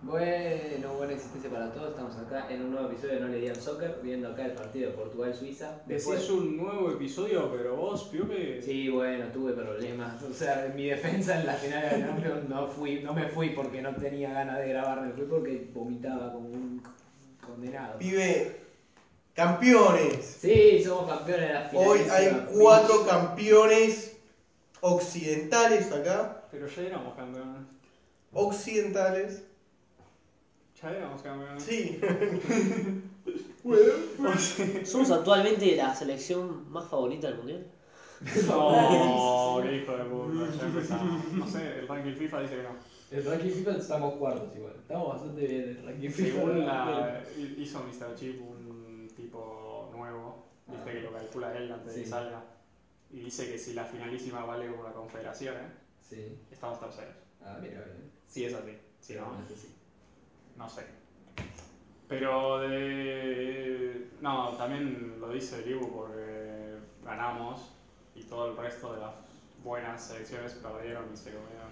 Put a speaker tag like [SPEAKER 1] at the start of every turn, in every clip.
[SPEAKER 1] Bueno, buena existencia para todos. Estamos acá en un nuevo episodio de No Le Digan Soccer, viendo acá el partido de Portugal-Suiza.
[SPEAKER 2] Decís un nuevo episodio, pero vos, Piume.
[SPEAKER 1] Sí, bueno, tuve problemas. O sea, en mi defensa en la final del campeón no, fui, no me fui porque no tenía ganas de grabar, me fui porque vomitaba como un condenado.
[SPEAKER 3] Pibe, campeones.
[SPEAKER 1] Sí, somos campeones de la final.
[SPEAKER 3] Hoy
[SPEAKER 1] encima,
[SPEAKER 3] hay
[SPEAKER 1] pinche.
[SPEAKER 3] cuatro campeones occidentales acá.
[SPEAKER 2] Pero ya éramos campeones.
[SPEAKER 3] Occidentales.
[SPEAKER 2] Ya éramos campeones.
[SPEAKER 3] Sí.
[SPEAKER 4] Somos actualmente la selección más favorita del mundial.
[SPEAKER 2] No, Oh, qué hijo de puta. Ya empezamos. No sé, el ranking FIFA dice que no.
[SPEAKER 5] El ranking FIFA estamos cuartos igual. Estamos bastante bien en el ranking FIFA.
[SPEAKER 2] Según la, hizo Mr. Chip un tipo nuevo, viste que lo calcula él antes de que
[SPEAKER 5] Sí.
[SPEAKER 2] salga, y dice que si la finalísima vale por la confederación, ¿eh?
[SPEAKER 5] Sí.
[SPEAKER 2] estamos terceros.
[SPEAKER 5] Ah, mira, bien.
[SPEAKER 2] Si es así, si no,
[SPEAKER 1] Ah,
[SPEAKER 5] No sé si-
[SPEAKER 2] no sé. Pero de... No, también lo dice el Ibu porque ganamos y todo el resto de las buenas selecciones perdieron y se comieron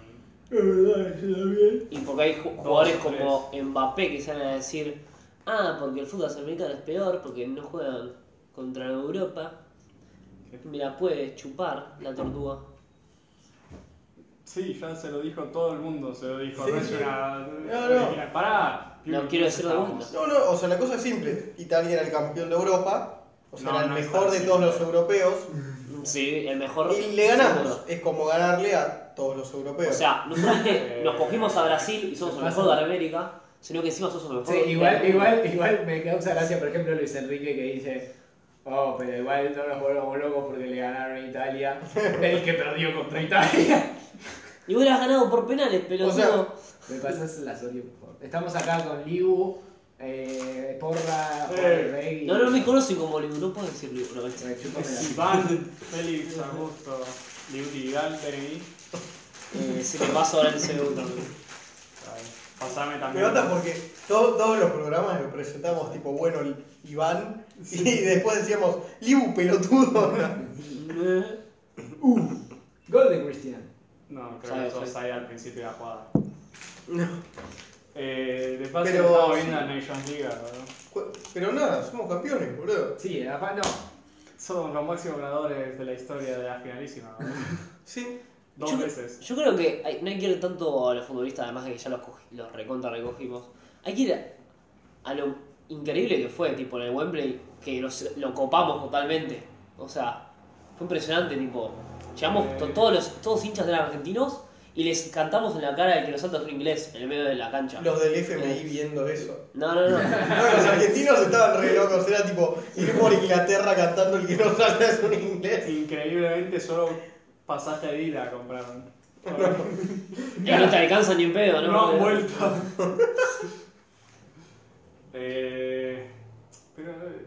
[SPEAKER 3] Es verdad, yo también.
[SPEAKER 4] Y porque hay ju-
[SPEAKER 2] Dos,
[SPEAKER 4] jugadores como Mbappé que salen a decir, ah, porque el fútbol americano es peor, porque no juegan contra Europa. Me la puede chupar la tortuga.
[SPEAKER 2] Sí, ya se lo dijo todo el mundo, se lo dijo.
[SPEAKER 3] Sí,
[SPEAKER 2] no es
[SPEAKER 3] sí.
[SPEAKER 2] una.
[SPEAKER 3] No, no.
[SPEAKER 2] Mira, Pará.
[SPEAKER 4] No
[SPEAKER 2] Piu,
[SPEAKER 4] quiero
[SPEAKER 2] ¿qué
[SPEAKER 4] decirlo de
[SPEAKER 2] estamos?
[SPEAKER 4] vuelta.
[SPEAKER 3] No, no, o sea, la cosa es simple. Italia era el campeón de Europa. O sea,
[SPEAKER 2] No,
[SPEAKER 3] era el
[SPEAKER 2] no es
[SPEAKER 3] mejor
[SPEAKER 2] tan
[SPEAKER 3] de todos los
[SPEAKER 2] simple.
[SPEAKER 3] europeos.
[SPEAKER 4] Sí, el mejor.
[SPEAKER 3] Y le ganamos.
[SPEAKER 4] seguro.
[SPEAKER 3] Es como ganarle a todos los europeos.
[SPEAKER 4] O sea, no solamente nos cogimos a Brasil y somos el mejor de América, sino que encima somos el mejor.
[SPEAKER 1] Sí, igual, igual, igual me causa gracia, por ejemplo, Luis Enrique que dice, oh, pero igual no nos volvamos locos porque le ganaron a Italia, el que perdió contra Italia.
[SPEAKER 4] Y hubieras ganado por penales, pero
[SPEAKER 3] O sea,
[SPEAKER 1] Me pasas la Soria, por favor. Estamos acá con Libu, eh, Porra,
[SPEAKER 2] Eh,
[SPEAKER 1] Rey.
[SPEAKER 4] no, no me conocen como Liu, no puedo decir Liu, no, mentira.
[SPEAKER 2] Iván, Félix, Augusto, Liuti Vidal, Pereí.
[SPEAKER 4] Eh, si me paso ahora en segundo.
[SPEAKER 2] Pasame
[SPEAKER 3] Me
[SPEAKER 2] también.
[SPEAKER 3] mata porque to- todos los programas lo presentamos tipo, bueno, el Iván, y después decíamos, Libu pelotudo.
[SPEAKER 1] Gol de Cristian.
[SPEAKER 2] No, creo
[SPEAKER 4] Sabe,
[SPEAKER 2] que sos
[SPEAKER 4] sabe.
[SPEAKER 2] ahí al principio de la jugada.
[SPEAKER 3] No.
[SPEAKER 2] Eh, de paso
[SPEAKER 3] Pero-
[SPEAKER 2] estaba viendo la Nations League, ¿no?
[SPEAKER 3] Cu- Pero nada, somos campeones, boludo.
[SPEAKER 1] Sí, además no.
[SPEAKER 2] Somos los máximos ganadores de la historia de la finalísima, ¿no?
[SPEAKER 3] Sí.
[SPEAKER 2] Dos
[SPEAKER 4] Yo-
[SPEAKER 2] veces.
[SPEAKER 4] Yo creo que hay- no hay que ir tanto a los futbolistas, además de que ya los, cogi- los recontra recogimos. Hay que ir a, a lo increíble que fue, tipo, en el Wembley, que los- lo copamos totalmente. O sea, fue impresionante, tipo, llegamos to- todos los todos hinchas eran argentinos y les cantamos en la cara de que los santos son inglés en el medio de la cancha.
[SPEAKER 3] Los del FMI viendo eso.
[SPEAKER 4] No, no,
[SPEAKER 3] No,
[SPEAKER 4] no.
[SPEAKER 3] los argentinos estaban re locos, era tipo ir por Inglaterra cantando el que no habla es un inglés.
[SPEAKER 2] Increíblemente solo pasaje de ida compraron.
[SPEAKER 4] Y no te alcanza ni en pedo, ¿no?
[SPEAKER 2] No han vuelto. eh, pero eh,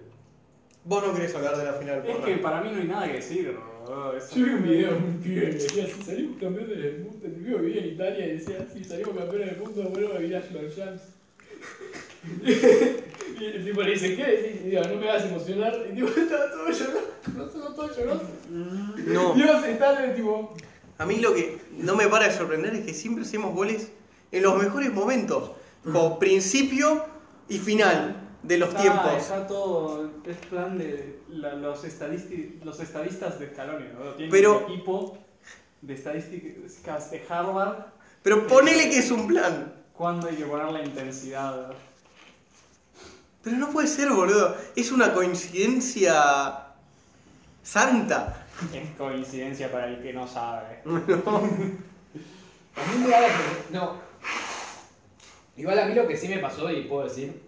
[SPEAKER 3] Vos no querés hablar de la final,
[SPEAKER 2] es
[SPEAKER 3] porra.
[SPEAKER 2] que para mí no hay nada que decir. boludo, es-
[SPEAKER 5] Yo vi un video de un pibe que decía, si salimos campeones del mundo, el pibe vivía en Italia y decía, si salimos campeones del mundo, vuelvo a vivir a los Jams. y el tipo le dice, ¿qué decís? Y digo, no me vas a emocionar. Y tipo, estaba todo llorando, estaba todo llorando.
[SPEAKER 3] No.
[SPEAKER 5] Dios, está tipo,
[SPEAKER 3] A mí lo que no me para de sorprender es que siempre hacemos goles en los mejores momentos, como principio y final de los
[SPEAKER 2] Está-
[SPEAKER 3] tiempos.
[SPEAKER 2] Está todo. Es plan de la- los, estadisti- los estadistas de Scaloni. ¿no? Tienen
[SPEAKER 3] Pero-
[SPEAKER 2] un equipo de estadísticas de Harvard.
[SPEAKER 3] Pero ponele que es un plan.
[SPEAKER 2] ¿Cuándo hay que poner la intensidad?
[SPEAKER 3] Pero no puede ser, boludo. Es una coincidencia santa.
[SPEAKER 2] Es coincidencia para el que no sabe.
[SPEAKER 5] A mí me da la sensación- No. Igual a mí lo que sí me pasó, y puedo decir,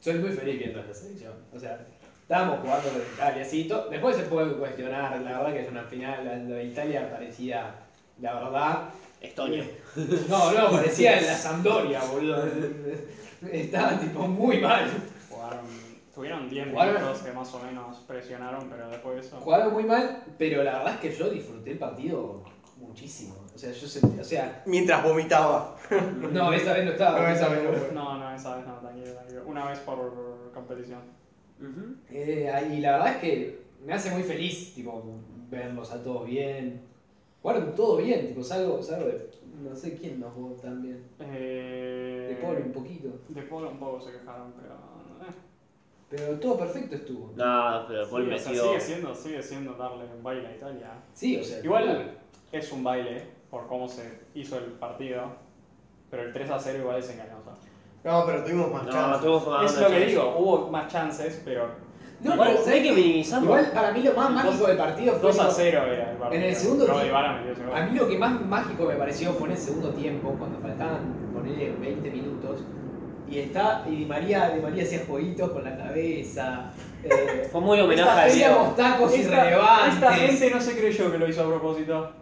[SPEAKER 5] soy muy feliz viendo esta selección. O sea, estábamos jugando con Italia, sí. to- Después se puede cuestionar, la verdad que es una final, la, la de Italia parecía, la verdad,
[SPEAKER 4] Estonia.
[SPEAKER 5] no, no, parecía la Sampdoria, boludo. Estaba tipo muy mal.
[SPEAKER 2] Jugaron, tuvieron 10
[SPEAKER 5] Jugaron-
[SPEAKER 2] minutos que más o menos presionaron, pero después de eso.
[SPEAKER 5] Jugaron muy mal, pero la verdad es que yo disfruté el partido muchísimo. O sea, yo sentí, o sea,
[SPEAKER 3] Mientras vomitaba.
[SPEAKER 5] no, esa vez no estaba.
[SPEAKER 3] No, esa vez no.
[SPEAKER 2] No, no, esa vez no, tranquilo, tranquilo. Una vez por competición.
[SPEAKER 5] Eh, y la verdad es que me hace muy feliz, tipo, verlos a todos bien. Jugaron todo bien, tipo, salvo, salvo de, no sé quién nos jugó tan bien.
[SPEAKER 2] Eh,
[SPEAKER 5] De Paul un poquito.
[SPEAKER 2] De Paul un poco se quejaron, pero. eh.
[SPEAKER 5] Pero todo perfecto estuvo.
[SPEAKER 4] No, pero Paul
[SPEAKER 2] Sí, o sea,
[SPEAKER 4] metió.
[SPEAKER 2] sigue, siendo, sigue siendo darle un baile a Italia.
[SPEAKER 5] Sí, o sea.
[SPEAKER 2] Igual es un baile por cómo se hizo el partido, pero el 3 a 0 igual es engañoso.
[SPEAKER 3] No, pero tuvimos más
[SPEAKER 4] no,
[SPEAKER 3] chances.
[SPEAKER 4] tuvimos más
[SPEAKER 2] es
[SPEAKER 4] una
[SPEAKER 2] lo que
[SPEAKER 4] chance.
[SPEAKER 2] digo, hubo más chances, pero
[SPEAKER 5] No,
[SPEAKER 4] Igual,
[SPEAKER 5] pero
[SPEAKER 4] hay que minimizarlo.
[SPEAKER 5] Igual para mí lo más mágico del partido fue.
[SPEAKER 2] 2 a 0 era el partido.
[SPEAKER 5] En el segundo
[SPEAKER 2] Pero
[SPEAKER 5] tiempo-
[SPEAKER 2] Dybala metió ese gol.
[SPEAKER 5] A mí lo que más mágico me pareció fue en el segundo tiempo, cuando faltaban ponerle 20 minutos. Y está, y Di María, Di María hacía jueguitos con la cabeza. eh,
[SPEAKER 4] Fue muy homenaje a Diego.
[SPEAKER 5] hacíamos tacos
[SPEAKER 2] Esta,
[SPEAKER 5] irrelevantes.
[SPEAKER 2] esta gente no se creyó que lo hizo a propósito.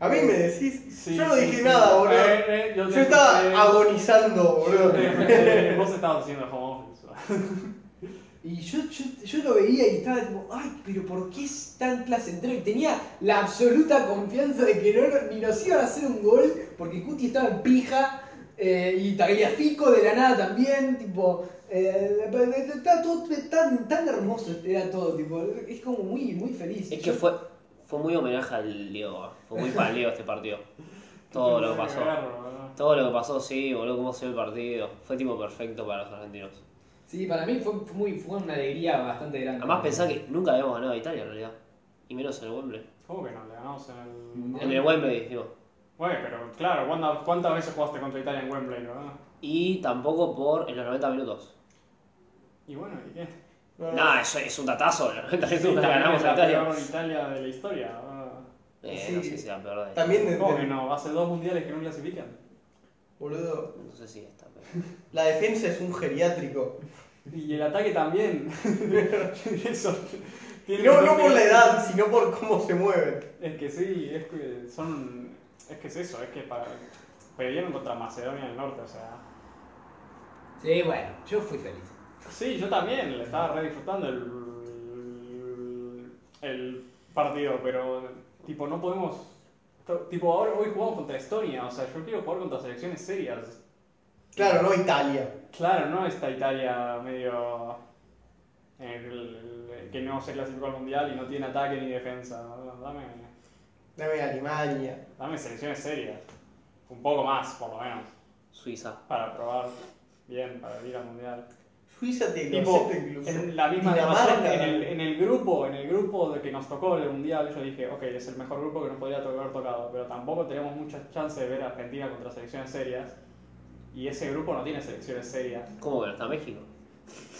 [SPEAKER 3] A mí me decís,
[SPEAKER 2] Sí,
[SPEAKER 3] yo no
[SPEAKER 2] sí,
[SPEAKER 3] dije
[SPEAKER 2] sí.
[SPEAKER 3] nada, boludo.
[SPEAKER 2] Eh, eh, yo
[SPEAKER 3] yo
[SPEAKER 2] te
[SPEAKER 3] estaba
[SPEAKER 2] escuché.
[SPEAKER 3] agonizando, boludo.
[SPEAKER 2] Eh, Vos estabas haciendo home office.
[SPEAKER 5] Y yo, yo, yo lo veía y estaba como, ay, pero ¿por qué es tan placentero? Y tenía la absoluta confianza de que no, ni nos iban a hacer un gol, porque Cuti estaba en pija, eh, y Tagliafico de la nada también, tipo, eh, estaba todo tan, tan hermoso, era todo, tipo, es como muy, muy feliz.
[SPEAKER 4] Es que
[SPEAKER 5] Yo-
[SPEAKER 4] fue, fue muy homenaje al Diego. Fue muy para el Diego este partido. Todo lo que pasó.
[SPEAKER 2] Agarro, boludo.
[SPEAKER 4] Todo lo que pasó, sí, boludo, cómo se dio el partido. Fue tipo perfecto para los argentinos.
[SPEAKER 6] Sí, para mí fue, fue muy, fue una alegría bastante grande.
[SPEAKER 4] Además pensá que nunca habíamos ganado a Italia en realidad. Y menos en el Wembley.
[SPEAKER 2] ¿Cómo que no? Le ganamos en el.
[SPEAKER 4] En el Wembley, digo.
[SPEAKER 2] Bueno, pero claro, ¿cuántas, cuántas veces jugaste contra Italia en Wembley, verdad?
[SPEAKER 4] Y tampoco por en los 90 minutos.
[SPEAKER 2] Y bueno, ¿y qué?
[SPEAKER 3] No,
[SPEAKER 4] Nah, es, es un tatazo, en los 90 minutos la
[SPEAKER 2] Italia
[SPEAKER 4] ganamos
[SPEAKER 2] es
[SPEAKER 4] a
[SPEAKER 2] la
[SPEAKER 4] Italia.
[SPEAKER 2] peor Italia de la historia. ¿verdad?
[SPEAKER 4] Eh,
[SPEAKER 3] Sí.
[SPEAKER 4] no sé si la peor de
[SPEAKER 3] También de-
[SPEAKER 2] ¿Cómo
[SPEAKER 3] de-
[SPEAKER 2] que no? Hace dos mundiales que no clasifican.
[SPEAKER 3] boludo,
[SPEAKER 4] No sé si esta, pero...
[SPEAKER 3] la defensa es un geriátrico.
[SPEAKER 2] Y el ataque también. Eso. tiene
[SPEAKER 3] No,
[SPEAKER 2] un
[SPEAKER 3] no por la
[SPEAKER 2] doble-
[SPEAKER 3] edad, sino por cómo se mueven.
[SPEAKER 2] Es que sí, es que son. Es que es eso, es que para. Perdieron contra Macedonia del Norte, o sea.
[SPEAKER 5] Sí, bueno, yo fui feliz.
[SPEAKER 2] Sí, yo también le estaba re disfrutando el, el partido, pero tipo no podemos. to- Tipo ahora hoy jugamos contra Estonia, o sea, yo quiero jugar contra selecciones serias.
[SPEAKER 3] Claro, no Italia.
[SPEAKER 2] Claro, no esta Italia medio eh, el- que no se clasificó al mundial y no tiene ataque ni defensa. Dame,
[SPEAKER 3] Dame Alemania.
[SPEAKER 2] dame selecciones serias, un poco más por lo menos,
[SPEAKER 4] Suiza.
[SPEAKER 2] para probar bien, para ir al mundial.
[SPEAKER 3] Suiza te lo
[SPEAKER 2] Tipo,
[SPEAKER 3] acepto incluso.
[SPEAKER 2] en la misma razón,
[SPEAKER 3] Dinamarca.
[SPEAKER 2] en el, en el grupo, en el grupo de que nos tocó el mundial, yo dije, ok, es el mejor grupo que nos podría to- haber tocado, pero tampoco tenemos muchas chances de ver a Argentina contra selecciones serias. Y ese grupo no tiene selecciones serias,
[SPEAKER 4] ¿Cómo que no está México?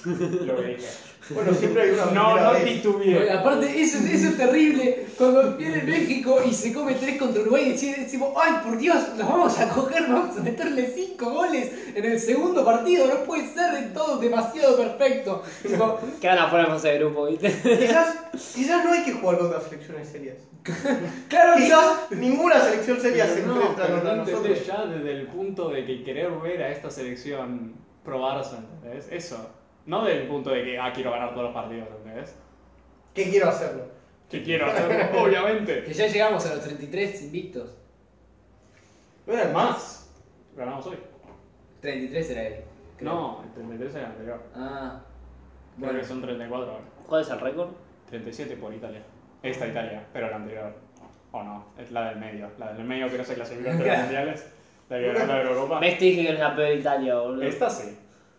[SPEAKER 2] lo que dije.
[SPEAKER 3] Bueno, siempre hay una
[SPEAKER 2] No,
[SPEAKER 3] primera
[SPEAKER 2] no
[SPEAKER 3] vez.
[SPEAKER 2] titubeé.
[SPEAKER 5] Bueno, aparte, eso, es- eso es terrible. Cuando viene México y se come 3 contra Uruguay, y decimos, ay, por Dios, nos vamos a coger, vamos a meterle 5 goles en el segundo partido. No puede ser de todo demasiado perfecto. Tipo,
[SPEAKER 4] Quedan afuera de fase de grupo, ¿viste?
[SPEAKER 3] Quizás, quizás no hay que jugar contra selecciones serias.
[SPEAKER 5] claro que
[SPEAKER 3] Quizás ninguna selección seria se
[SPEAKER 2] Pero no,
[SPEAKER 3] enfrenta
[SPEAKER 2] pero
[SPEAKER 3] contra
[SPEAKER 2] no entendés
[SPEAKER 3] nosotros.
[SPEAKER 2] ya desde el punto de que querer ver a esta selección probarse, ¿entendés? Eso. No desde el punto de que, ah, quiero ganar todos los partidos, ¿entendés?
[SPEAKER 3] ¿Qué quiero hacerlo?
[SPEAKER 2] Que quiero hacerlo, obviamente.
[SPEAKER 5] Que ya llegamos a los 33 invictos.
[SPEAKER 3] No era el más.
[SPEAKER 2] Más. Ganamos hoy.
[SPEAKER 5] 33 era él. creo.
[SPEAKER 2] No, el 33 era el anterior.
[SPEAKER 5] Ah.
[SPEAKER 2] Creo
[SPEAKER 5] Bueno,
[SPEAKER 2] que son 34 ahora.
[SPEAKER 4] ¿Cuál es el récord?
[SPEAKER 2] 37 por Italia. Esta Italia, pero la anterior. O no, es la del medio. La del medio que no se clasificó entre los mundiales. La que ganó la Europa.
[SPEAKER 4] ¿Ves? Te dije que no es la peor Italia, boludo.
[SPEAKER 2] Esta sí.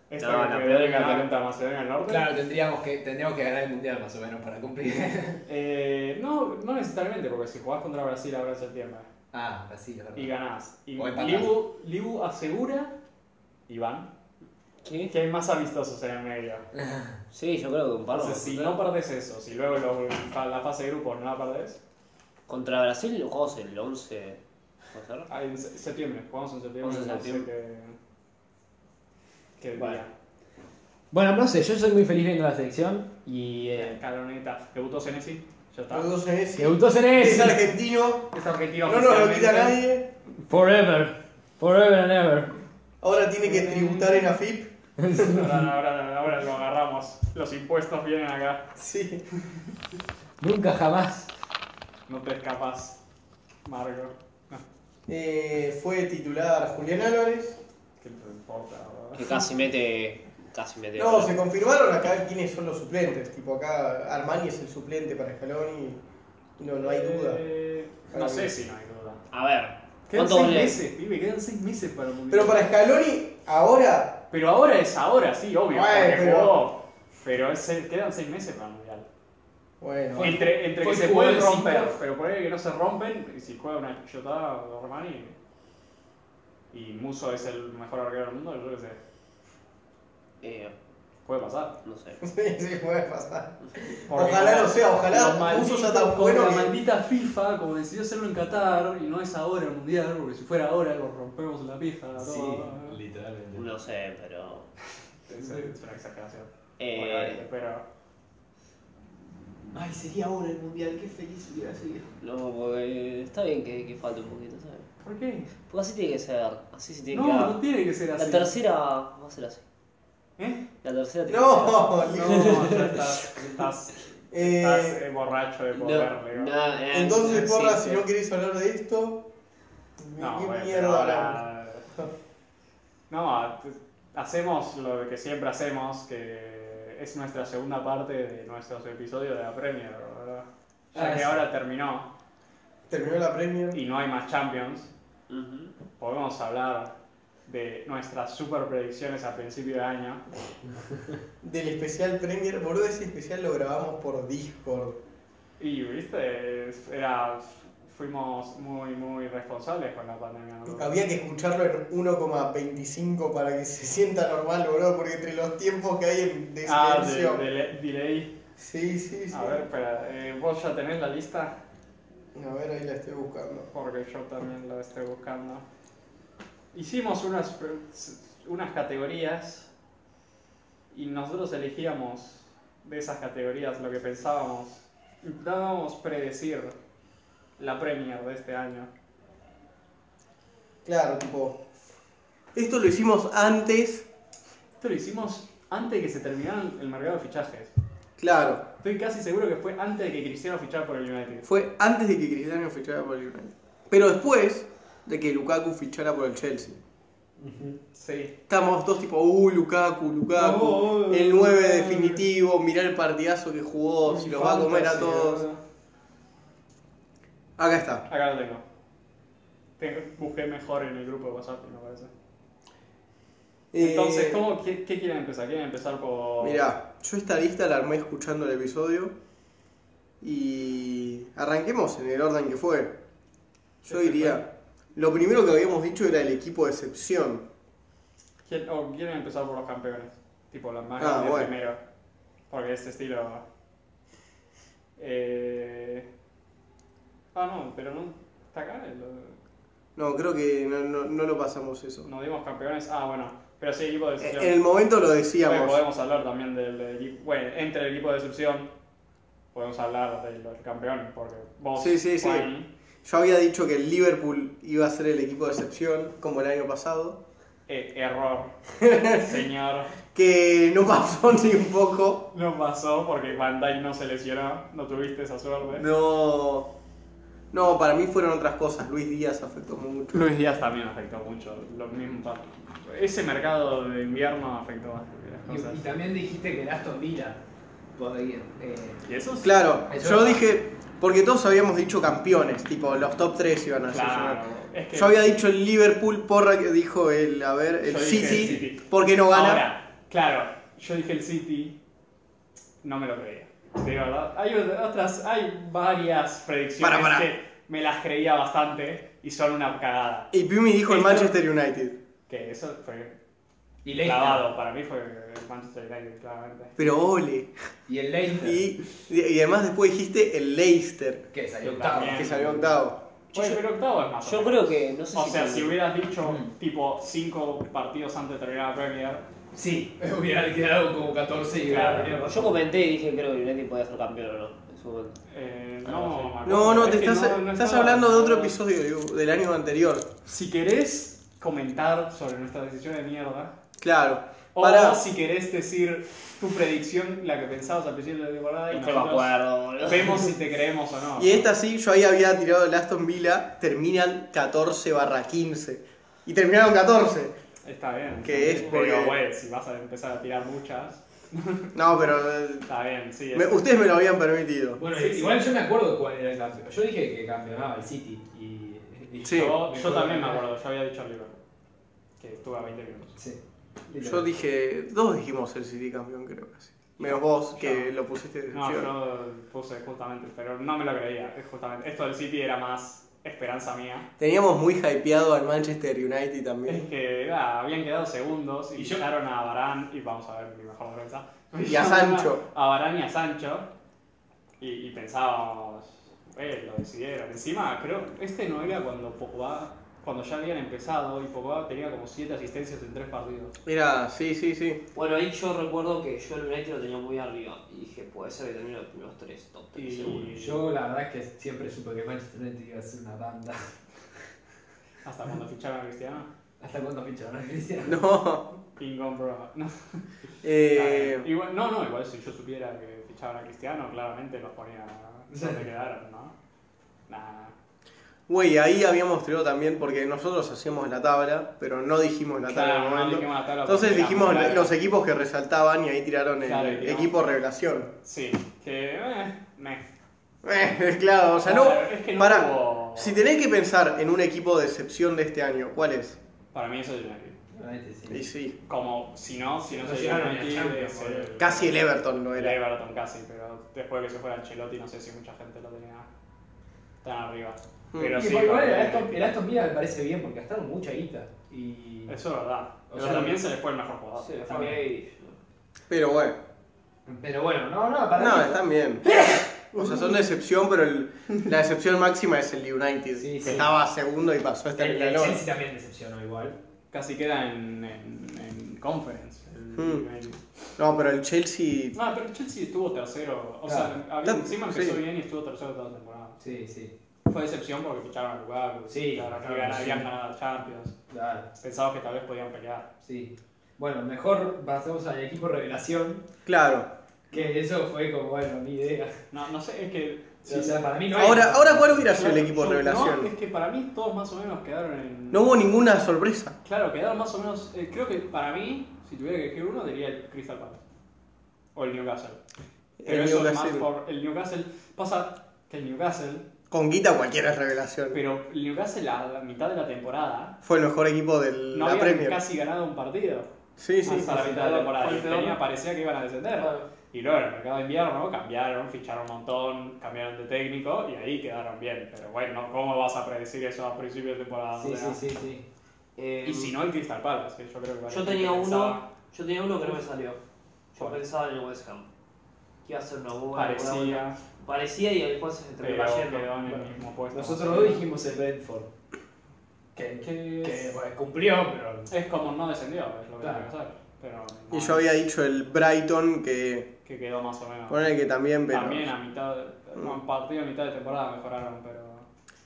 [SPEAKER 2] Esta
[SPEAKER 4] No,
[SPEAKER 2] que
[SPEAKER 4] la
[SPEAKER 2] quedó
[SPEAKER 4] peor
[SPEAKER 2] que
[SPEAKER 4] es la
[SPEAKER 2] ganó
[SPEAKER 4] que-
[SPEAKER 2] contra Macedonia del Norte.
[SPEAKER 5] claro, tendríamos que, tendríamos que ganar el mundial más o menos para cumplir.
[SPEAKER 2] Eh, no, no necesariamente, porque si jugás contra Brasil ahora en septiembre
[SPEAKER 5] ah, así, es verdad.
[SPEAKER 2] y ganás. Y
[SPEAKER 5] O empatás.
[SPEAKER 2] Libu, Libu asegura, Iván,
[SPEAKER 4] ¿Qué?
[SPEAKER 2] que hay más amistosos en el medio.
[SPEAKER 4] Sí, yo creo que un par.
[SPEAKER 2] Entonces, si no perdés eso, si luego lo- la fase de grupos no la perdés,
[SPEAKER 4] Contra Brasil los jugamos el 11. ¿Puede ser?
[SPEAKER 2] Ah, en se- septiembre, jugamos en septiembre.
[SPEAKER 4] Jugamos en
[SPEAKER 2] no sé qué- qué
[SPEAKER 4] Vale.
[SPEAKER 2] día.
[SPEAKER 6] Bueno, no sé, yo soy muy feliz viendo la selección y. Eh,
[SPEAKER 2] Caloneta. Debutó Senesi, ya está.
[SPEAKER 3] Los dos en ese.
[SPEAKER 6] debutó
[SPEAKER 3] Es
[SPEAKER 6] Cenesi.
[SPEAKER 3] argentino.
[SPEAKER 2] Es argentino
[SPEAKER 3] No nos lo
[SPEAKER 2] oficialmente.
[SPEAKER 3] quita nadie.
[SPEAKER 6] Forever. Forever and ever.
[SPEAKER 3] Ahora tiene que tributar en AFIP.
[SPEAKER 2] Ahora, ahora, ahora lo agarramos. Los impuestos vienen acá.
[SPEAKER 3] Sí.
[SPEAKER 6] Nunca jamás.
[SPEAKER 2] No te escapas, Margo. No,
[SPEAKER 3] Eh, fue titular Julián Álvarez.
[SPEAKER 2] ¿Qué te importa? bro?
[SPEAKER 4] Que casi mete. Casi mete.
[SPEAKER 3] No, se confirmaron acá quiénes son los suplentes. Tipo acá Armani es el suplente para Scaloni. No, no hay duda.
[SPEAKER 2] Eh,
[SPEAKER 3] Ah,
[SPEAKER 2] no sé
[SPEAKER 3] bien.
[SPEAKER 2] si no hay duda.
[SPEAKER 4] A ver.
[SPEAKER 2] Quedan
[SPEAKER 4] ¿Cuántos
[SPEAKER 2] seis
[SPEAKER 4] goles?
[SPEAKER 2] meses, pibe. Quedan seis meses para el
[SPEAKER 3] Pero
[SPEAKER 2] mundial.
[SPEAKER 3] para Scaloni, Ahora,
[SPEAKER 2] Pero ahora es ahora, sí, obvio.
[SPEAKER 3] Bueno,
[SPEAKER 2] porque
[SPEAKER 3] pero-
[SPEAKER 2] jugó. Pero es- quedan seis meses para el mundial.
[SPEAKER 3] bueno.
[SPEAKER 2] Entre, entre
[SPEAKER 5] fue
[SPEAKER 2] que se
[SPEAKER 5] jugar
[SPEAKER 2] pueden
[SPEAKER 5] sin
[SPEAKER 2] romper,
[SPEAKER 5] par.
[SPEAKER 2] pero por ahí que no se rompen, y si juega una chotada Romani y Muso es el mejor arquero del mundo, yo qué sé,
[SPEAKER 4] Eh,
[SPEAKER 2] puede pasar.
[SPEAKER 4] no sé.
[SPEAKER 3] Sí, sí, puede pasar.
[SPEAKER 2] Porque
[SPEAKER 3] Ojalá lo sea, ojalá
[SPEAKER 7] Los
[SPEAKER 3] Muso sea
[SPEAKER 7] malditos
[SPEAKER 3] tan
[SPEAKER 7] con
[SPEAKER 3] bueno
[SPEAKER 7] la
[SPEAKER 3] que...
[SPEAKER 7] maldita FIFA, como decidió hacerlo en Qatar, y no es ahora el mundial, porque si fuera ahora lo rompemos la pija. a
[SPEAKER 5] Sí,
[SPEAKER 7] todos.
[SPEAKER 5] literalmente.
[SPEAKER 4] No sé, pero.
[SPEAKER 2] Es, es una exageración.
[SPEAKER 4] Eh,
[SPEAKER 2] Pero
[SPEAKER 1] Ay, sería ahora el mundial, qué feliz hubiera sido.
[SPEAKER 4] no, porque está bien que, que falte un poquito, ¿sabes?
[SPEAKER 7] ¿Por qué?
[SPEAKER 4] Porque así tiene que ser. Así se tiene
[SPEAKER 7] No,
[SPEAKER 4] que dar.
[SPEAKER 7] no tiene que ser
[SPEAKER 4] La
[SPEAKER 7] así.
[SPEAKER 4] tercera va a ser así.
[SPEAKER 2] ¿Eh?
[SPEAKER 4] La tercera tiene que ser
[SPEAKER 2] Ah,
[SPEAKER 4] así.
[SPEAKER 3] No,
[SPEAKER 2] No, ya estás, estás, estás
[SPEAKER 3] Eh,
[SPEAKER 2] eh, borracho de
[SPEAKER 4] No,
[SPEAKER 2] poder, digo.
[SPEAKER 4] no, no,
[SPEAKER 3] entonces,
[SPEAKER 4] sí,
[SPEAKER 3] porra,
[SPEAKER 4] sí.
[SPEAKER 3] si no queréis hablar de esto...
[SPEAKER 2] No,
[SPEAKER 3] ¿Qué
[SPEAKER 2] bueno,
[SPEAKER 3] mierda
[SPEAKER 2] pero
[SPEAKER 3] hablamos?
[SPEAKER 2] ahora- No, te- hacemos lo que siempre hacemos, que es nuestra segunda parte de nuestros episodios de la Premier, ¿verdad? Ya
[SPEAKER 7] Ah,
[SPEAKER 2] que
[SPEAKER 7] sí.
[SPEAKER 2] ahora terminó
[SPEAKER 3] Terminó la Premier.
[SPEAKER 2] y no hay más Champions,
[SPEAKER 4] Ujú.
[SPEAKER 2] podemos hablar de nuestras super predicciones a principio de año.
[SPEAKER 3] Del especial Premier, boludo, ese especial lo grabamos por Discord.
[SPEAKER 2] Y, viste, Es- era, fuimos muy, muy responsables con la pandemia. ¿no?
[SPEAKER 3] Había que escucharlo en 1,25 para que se sienta normal, boludo, porque entre los tiempos que hay en- de
[SPEAKER 2] Ah, de,
[SPEAKER 3] silencio.
[SPEAKER 2] de- delay.
[SPEAKER 3] Sí, sí, sí.
[SPEAKER 2] A ver, espera, eh, ¿vos ya tenés la lista?
[SPEAKER 3] A ver, ahí la estoy buscando.
[SPEAKER 2] Porque yo también lo estoy buscando. Hicimos unas, unas categorías y nosotros elegíamos de esas categorías lo que pensábamos. Intentábamos predecir la Premier de este año.
[SPEAKER 3] Claro, tipo. Esto lo hicimos antes.
[SPEAKER 2] Esto lo hicimos antes de que se terminara el mercado de fichajes.
[SPEAKER 3] Claro,
[SPEAKER 2] Estoy casi seguro que fue antes de que Cristiano fichara por el United.
[SPEAKER 3] fue antes de que Cristiano fichara por el United. Pero después de que Lukaku fichara por el Chelsea.
[SPEAKER 2] Sí.
[SPEAKER 3] Estamos todos tipo, uh, Lukaku, Lukaku.
[SPEAKER 7] Oh,
[SPEAKER 3] el 9
[SPEAKER 7] oh,
[SPEAKER 3] definitivo, mirá el partidazo que jugó, si los va a comer a
[SPEAKER 7] Fantasy,
[SPEAKER 3] todos.
[SPEAKER 7] ¿verdad?
[SPEAKER 3] Acá está.
[SPEAKER 2] Acá lo tengo. Tengo- Busqué mejor en el grupo de WhatsApp, me parece. Entonces,
[SPEAKER 3] Eh,
[SPEAKER 2] ¿cómo, qué, qué quieren empezar? ¿Quieren empezar por...?
[SPEAKER 3] Mirá, yo esta lista la armé escuchando el episodio y arranquemos en el orden que fue. Yo diría, lo primero que habíamos dicho era el equipo de excepción.
[SPEAKER 2] ¿Quién- o quieren empezar por los campeones? Tipo, las más
[SPEAKER 3] Ah,
[SPEAKER 2] grandes
[SPEAKER 3] bueno.
[SPEAKER 2] primero. Porque este estilo... Eh... Ah, no, pero no... ¿Está acá? el-
[SPEAKER 3] No, creo que no, no- no lo pasamos eso. Eh,
[SPEAKER 2] ¿No dimos campeones? Ah, bueno. Pero sí, equipo de
[SPEAKER 3] En
[SPEAKER 2] decepción.
[SPEAKER 3] Eh, el momento lo
[SPEAKER 2] Bueno,
[SPEAKER 3] decíamos.
[SPEAKER 2] podemos hablar también del equipo... Bueno, entre el equipo de decepción podemos hablar del, del campeón. Porque vos,
[SPEAKER 3] Sí, sí, sí.
[SPEAKER 2] Juan,
[SPEAKER 3] Yo había dicho que el Liverpool iba a ser el equipo de excepción, como el año pasado,
[SPEAKER 2] eh, error. Señor.
[SPEAKER 3] que no pasó ni un poco.
[SPEAKER 2] No pasó porque Van Dyke no se lesionó, no tuviste esa suerte.
[SPEAKER 3] No. No, para mí fueron otras cosas. Luis Díaz afectó mucho.
[SPEAKER 2] Luis Díaz también afectó mucho, lo mismo tanto. Ese mercado de invierno afectó bastante las
[SPEAKER 5] Y, y
[SPEAKER 2] cosas.
[SPEAKER 5] también dijiste que el Aston Villa podía. Eh,
[SPEAKER 2] ¿Y eso? sí?
[SPEAKER 3] Claro,
[SPEAKER 5] Eso
[SPEAKER 3] yo
[SPEAKER 5] no.
[SPEAKER 3] dije, porque todos habíamos dicho campeones, tipo los top 3 iban a ser.
[SPEAKER 2] Claro, es que-
[SPEAKER 3] Yo había dicho el Liverpool, porra que dijo el, a ver, el
[SPEAKER 2] Yo dije
[SPEAKER 3] City,
[SPEAKER 2] el City.
[SPEAKER 3] porque no gana.
[SPEAKER 2] Ahora, claro, yo dije el City, no me lo creía. De verdad, hay otras, hay varias predicciones
[SPEAKER 3] Para, para.
[SPEAKER 2] que me las creía bastante y son una cagada.
[SPEAKER 3] Y Piumi dijo el
[SPEAKER 2] Esto-
[SPEAKER 3] Manchester United.
[SPEAKER 2] Que eso fue
[SPEAKER 5] y Leicester.
[SPEAKER 2] clavado, para mí fue el Manchester United, claramente.
[SPEAKER 3] Pero ole.
[SPEAKER 5] Y el Leicester.
[SPEAKER 3] Y, y además después dijiste el Leicester,
[SPEAKER 5] Que salió octavo.
[SPEAKER 2] También.
[SPEAKER 3] que salió octavo.
[SPEAKER 2] Oye, pero octavo es más. o
[SPEAKER 4] Yo
[SPEAKER 2] menos.
[SPEAKER 4] creo que. No sé
[SPEAKER 2] O
[SPEAKER 4] si
[SPEAKER 2] sea,
[SPEAKER 4] con-
[SPEAKER 2] si hubieras dicho
[SPEAKER 5] Mm.
[SPEAKER 2] tipo 5 partidos antes de terminar la Premier,
[SPEAKER 5] Sí, hubiera quedado como 14 y
[SPEAKER 2] Claro.
[SPEAKER 5] hubiera tenido razón.
[SPEAKER 4] Yo comenté y dije creo que United podía ser campeón o no. En su momento.
[SPEAKER 2] eh,
[SPEAKER 4] Ah,
[SPEAKER 2] no,
[SPEAKER 4] sí.
[SPEAKER 2] me acuerdo.
[SPEAKER 3] No, no,
[SPEAKER 2] Es
[SPEAKER 3] te
[SPEAKER 2] que
[SPEAKER 3] estás,
[SPEAKER 2] no- no
[SPEAKER 3] estás
[SPEAKER 2] estaba-
[SPEAKER 3] hablando de otro episodio digo, del año anterior.
[SPEAKER 2] Si querés comentar sobre nuestra decisión de mierda,
[SPEAKER 3] Claro.
[SPEAKER 2] o
[SPEAKER 3] Pará.
[SPEAKER 2] si querés decir tu predicción, la que pensabas al principio de la temporada, y
[SPEAKER 4] No me
[SPEAKER 2] nosotros
[SPEAKER 4] acuerdo, boludo.
[SPEAKER 2] vemos si te creemos o no.
[SPEAKER 3] Y esta sí, yo ahí había tirado el Aston Villa, terminan 14 barra 15. Y terminaron 14.
[SPEAKER 2] Está bien.
[SPEAKER 3] Que es
[SPEAKER 2] Porque,
[SPEAKER 3] porque-
[SPEAKER 2] güey, si vas a empezar a tirar muchas,
[SPEAKER 3] No, pero eh,
[SPEAKER 2] está bien, sí. es-
[SPEAKER 3] Me- ustedes me lo habían permitido.
[SPEAKER 5] Bueno, igual yo me acuerdo cuál era el campeón. Yo dije que campeonaba el City. Y, y
[SPEAKER 3] Sí.
[SPEAKER 2] eh, yo, yo también me acuerdo, yo había dicho el Liverpool. que estuve a 20 minutos.
[SPEAKER 1] Sí.
[SPEAKER 3] Yo dije, dos dijimos el City campeón, creo casi. Menos vos, que lo pusiste de
[SPEAKER 2] No,
[SPEAKER 3] excepción.
[SPEAKER 2] yo puse justamente, pero no me lo creía. es Justamente. Esto del City era más esperanza mía.
[SPEAKER 3] Teníamos muy hypeado al Manchester United
[SPEAKER 2] Es
[SPEAKER 3] también.
[SPEAKER 2] que nada, habían quedado segundos y,
[SPEAKER 5] Y yo-
[SPEAKER 2] llegaron a Barán, y vamos a ver mi mejor defensa.
[SPEAKER 3] Y a Sancho.
[SPEAKER 2] A Barán y a Sancho. Y, y pensábamos, eh, lo decidieron. Encima, creo, este no era cuando Pogba, cuando ya habían empezado y Pogba tenía como 7 asistencias en 3 partidos.
[SPEAKER 3] Mira, sí, sí, sí.
[SPEAKER 4] Bueno, ahí yo recuerdo que yo el United lo tenía muy arriba. Y dije, puede ser que termine los primeros tres, top
[SPEAKER 2] Y
[SPEAKER 4] tres seguro.
[SPEAKER 5] Yo la verdad es que siempre supe que Manchester United iba a ser una banda.
[SPEAKER 2] hasta cuando ficharon a Cristiano,
[SPEAKER 5] Hasta cuando ficharon a Cristiano.
[SPEAKER 3] No.
[SPEAKER 2] pingón, bro. No.
[SPEAKER 3] Eh,
[SPEAKER 2] Igual- no, no, igual si yo supiera que fichaban a Cristiano, claramente los ponía donde quedaron, ¿no? Nah,
[SPEAKER 3] Güey, ahí habíamos tirado también porque nosotros hacíamos la tabla, pero no dijimos la tabla en
[SPEAKER 2] Claro,
[SPEAKER 3] el
[SPEAKER 2] no
[SPEAKER 3] momento.
[SPEAKER 2] dijimos la tabla
[SPEAKER 3] Entonces
[SPEAKER 2] porque
[SPEAKER 3] dijimos
[SPEAKER 2] éramos, claro.
[SPEAKER 3] los equipos que resaltaban y ahí tiraron el
[SPEAKER 2] Claro, y tiramos.
[SPEAKER 3] equipo revelación.
[SPEAKER 2] sí, que. Eh, meh.
[SPEAKER 3] Eh, claro, o sea, no.
[SPEAKER 2] Claro, es que no
[SPEAKER 3] pará.
[SPEAKER 2] hubo-
[SPEAKER 3] Si tenés que pensar en un equipo de excepción de este año, ¿cuál es?
[SPEAKER 2] Para mí eso es United.
[SPEAKER 5] United, sí.
[SPEAKER 3] Y sí,
[SPEAKER 2] Como si no, si no
[SPEAKER 5] No
[SPEAKER 2] se
[SPEAKER 5] llegaron
[SPEAKER 2] dieron
[SPEAKER 5] ni a
[SPEAKER 2] aquí,
[SPEAKER 5] Champions,
[SPEAKER 2] es el-
[SPEAKER 3] casi el Everton lo
[SPEAKER 2] el
[SPEAKER 3] era.
[SPEAKER 2] Everton, casi, pero después de que se fuera Ancelotti, no sé si mucha gente lo tenía tan arriba.
[SPEAKER 3] Mm.
[SPEAKER 2] Pero
[SPEAKER 5] Y
[SPEAKER 2] sí,
[SPEAKER 5] por igual
[SPEAKER 2] para
[SPEAKER 5] el
[SPEAKER 2] mí-
[SPEAKER 5] Aston, el Aston Villa me parece bien porque gastaron mucha guita. Y.
[SPEAKER 2] Eso es verdad.
[SPEAKER 5] O
[SPEAKER 2] Pero
[SPEAKER 5] sea,
[SPEAKER 2] también se le fue el mejor jugador.
[SPEAKER 4] Se le Ah, fue
[SPEAKER 5] También.
[SPEAKER 4] Grealish, ¿no?
[SPEAKER 3] Pero bueno,
[SPEAKER 5] Pero bueno, no, no, para
[SPEAKER 3] no,
[SPEAKER 5] mí-
[SPEAKER 3] están bien. O sea, son de excepción, pero el- la excepción máxima es el United,
[SPEAKER 5] Sí,
[SPEAKER 3] que
[SPEAKER 5] sí.
[SPEAKER 3] estaba segundo y pasó hasta
[SPEAKER 5] El,
[SPEAKER 3] el
[SPEAKER 5] el
[SPEAKER 3] calor.
[SPEAKER 5] Chelsea también decepcionó igual.
[SPEAKER 2] Casi queda en, en, en conference. el
[SPEAKER 3] Mm.
[SPEAKER 2] United.
[SPEAKER 3] No, pero el Chelsea
[SPEAKER 2] No, Ah, pero el Chelsea estuvo tercero. O
[SPEAKER 5] Claro.
[SPEAKER 2] sea, había,
[SPEAKER 3] Tan-
[SPEAKER 2] encima empezó
[SPEAKER 3] sí.
[SPEAKER 2] bien y estuvo tercero toda la temporada.
[SPEAKER 5] Sí, sí.
[SPEAKER 2] Fue decepción porque ficharon a Lukaku.
[SPEAKER 5] Sí,
[SPEAKER 2] la verdad que
[SPEAKER 5] claro,
[SPEAKER 2] habían
[SPEAKER 5] sí.
[SPEAKER 2] ganado la Champions.
[SPEAKER 5] Claro,
[SPEAKER 2] Pensaba que tal vez podían pelear.
[SPEAKER 5] sí. Bueno, mejor pasamos al equipo revelación.
[SPEAKER 3] Claro.
[SPEAKER 5] Que eso fue como, bueno, mi idea.
[SPEAKER 2] No, no sé, es que.
[SPEAKER 5] o sea, para mí no hay-
[SPEAKER 3] Ahora, ahora ¿cuál hubiera sido
[SPEAKER 2] Claro,
[SPEAKER 3] el equipo
[SPEAKER 2] yo- No, es
[SPEAKER 3] revelación?
[SPEAKER 2] que para mí todos más o menos quedaron en.
[SPEAKER 3] No hubo ninguna sorpresa.
[SPEAKER 2] Claro, quedaron más o menos. eh, creo que para mí, si tuviera que elegir uno, diría el Crystal Palace. O el Newcastle. Pero
[SPEAKER 3] El
[SPEAKER 2] eso es
[SPEAKER 3] Newcastle.
[SPEAKER 2] más por. El Newcastle. Pasa que el Newcastle.
[SPEAKER 3] Con Guita cualquiera es revelación.
[SPEAKER 2] Pero el Newcastle a la mitad de la temporada.
[SPEAKER 3] Fue el mejor equipo de
[SPEAKER 2] No
[SPEAKER 3] la
[SPEAKER 2] habían
[SPEAKER 3] Premier.
[SPEAKER 2] casi ganado un partido
[SPEAKER 3] Sí, sí.
[SPEAKER 2] hasta la mitad de la temporada.
[SPEAKER 4] Fue
[SPEAKER 2] Y
[SPEAKER 4] el peor.
[SPEAKER 2] tenía- parecía que iban a descender.
[SPEAKER 4] Claro.
[SPEAKER 2] Y luego en el mercado de invierno cambiaron, ficharon un montón, cambiaron de técnico y ahí quedaron bien. Pero bueno, ¿cómo vas a predecir eso a principios de temporada?
[SPEAKER 5] Sí,
[SPEAKER 2] O sea,
[SPEAKER 5] sí, sí, sí.
[SPEAKER 4] Eh,
[SPEAKER 2] Y si no, el Crystal Palace, que yo creo que
[SPEAKER 4] Yo
[SPEAKER 2] varios
[SPEAKER 4] tenía
[SPEAKER 2] pensaban-
[SPEAKER 4] uno, yo tenía uno que no me salió. Yo
[SPEAKER 2] ¿Cuál?
[SPEAKER 4] pensaba en el West Ham. Que iba a ser una buena. una buena-
[SPEAKER 2] Parecía,
[SPEAKER 4] Parecía y después se terminó
[SPEAKER 2] pero
[SPEAKER 4] cayendo.
[SPEAKER 2] quedó en el
[SPEAKER 5] Bueno,
[SPEAKER 2] mismo puesto.
[SPEAKER 5] Nosotros dos dijimos el Brentford. Que,
[SPEAKER 2] Que-
[SPEAKER 5] que, bueno, cumplió, pero.
[SPEAKER 2] Es como no descendió, es lo que
[SPEAKER 5] Claro.
[SPEAKER 2] tengo que hacer. Pero no,
[SPEAKER 3] Y yo había dicho el Brighton, que
[SPEAKER 2] que quedó más o menos.
[SPEAKER 3] ponele que también, pero. Mm.
[SPEAKER 2] También ah. a mitad, no, a partir de mitad de temporada mejoraron, pero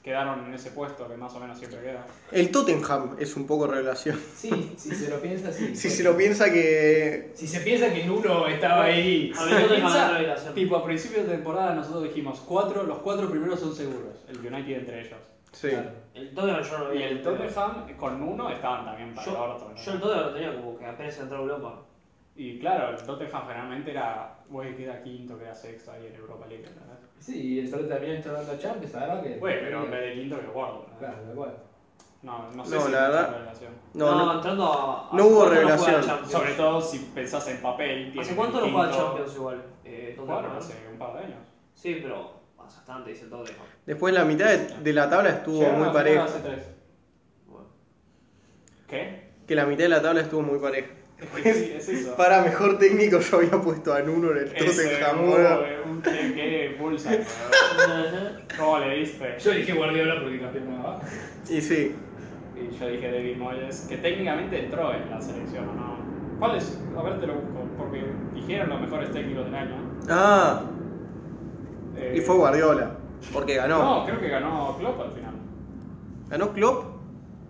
[SPEAKER 2] quedaron en ese puesto que más o menos siempre queda.
[SPEAKER 3] El Tottenham es un poco revelación.
[SPEAKER 5] Sí, si se lo piensa, sí.
[SPEAKER 3] Si se lo piensa que.
[SPEAKER 5] Si se piensa que Nuno estaba ahí.
[SPEAKER 4] A mí no te
[SPEAKER 2] Piensa,
[SPEAKER 4] la revelación.
[SPEAKER 2] Tipo, a principios de temporada nosotros dijimos cuatro, los cuatro primeros son seguros, el United entre ellos.
[SPEAKER 3] Sí.
[SPEAKER 4] El Tottenham yo no lo
[SPEAKER 2] Y
[SPEAKER 4] veía.
[SPEAKER 2] el
[SPEAKER 4] pero-
[SPEAKER 2] Tottenham con uno estaban también para el
[SPEAKER 4] Yo,
[SPEAKER 2] orto, ¿no?
[SPEAKER 4] yo el Tottenham lo tenía como que apenas entró a Europa.
[SPEAKER 2] Y claro, el Tottenham generalmente era, güey, queda quinto, queda sexto ahí en Europa League, ¿verdad?
[SPEAKER 5] Sí, y el Tottenham también está dando Champions, ahora que.
[SPEAKER 2] Güey, pero en vez de quinto que cuarto, ¿verdad?
[SPEAKER 5] Claro, da igual.
[SPEAKER 2] No, no sé
[SPEAKER 3] No,
[SPEAKER 2] si
[SPEAKER 3] la
[SPEAKER 2] hay mucha
[SPEAKER 3] verdad-
[SPEAKER 2] relación.
[SPEAKER 3] No, no.
[SPEAKER 4] entrando a.
[SPEAKER 3] no
[SPEAKER 4] ¿hace
[SPEAKER 3] hubo
[SPEAKER 4] cuánto juega
[SPEAKER 3] revelación.
[SPEAKER 4] Champions?
[SPEAKER 2] Sobre todo si pensás en papel.
[SPEAKER 4] ¿Hace
[SPEAKER 2] tienen
[SPEAKER 4] cuánto
[SPEAKER 2] el
[SPEAKER 4] no juega
[SPEAKER 2] quinto-
[SPEAKER 4] Champions igual? Eh, Tottenham,
[SPEAKER 2] Jugaron
[SPEAKER 4] ¿no?
[SPEAKER 2] hace un par de años.
[SPEAKER 4] Sí, pero hace bastante, dice el Tottenham.
[SPEAKER 3] Después la mitad de, de la tabla estuvo
[SPEAKER 2] Llegaron a
[SPEAKER 3] muy
[SPEAKER 2] la final
[SPEAKER 3] pareja.
[SPEAKER 2] hace tres.
[SPEAKER 4] Bueno.
[SPEAKER 2] ¿Qué?
[SPEAKER 3] Que la mitad de la tabla estuvo muy pareja.
[SPEAKER 2] Es que sí, es eso.
[SPEAKER 3] Para mejor técnico yo había puesto a Nuno en el
[SPEAKER 2] Ese,
[SPEAKER 3] Tottenham. boludo.
[SPEAKER 2] uh, un- qué- qué pulsa, boludo. ¿Cómo le diste?
[SPEAKER 5] Yo dije Guardiola porque campeón no va.
[SPEAKER 3] Y sí.
[SPEAKER 2] Y yo dije David Moyes, que técnicamente entró en la selección, ¿o no? ¿Cuál es? A ver, te lo busco, porque dijeron los mejores técnicos del año.
[SPEAKER 3] Ah,
[SPEAKER 2] Eh,
[SPEAKER 3] y fue Guardiola. Porque ganó.
[SPEAKER 2] No, creo que ganó Klopp al final.
[SPEAKER 3] ¿Ganó Klopp?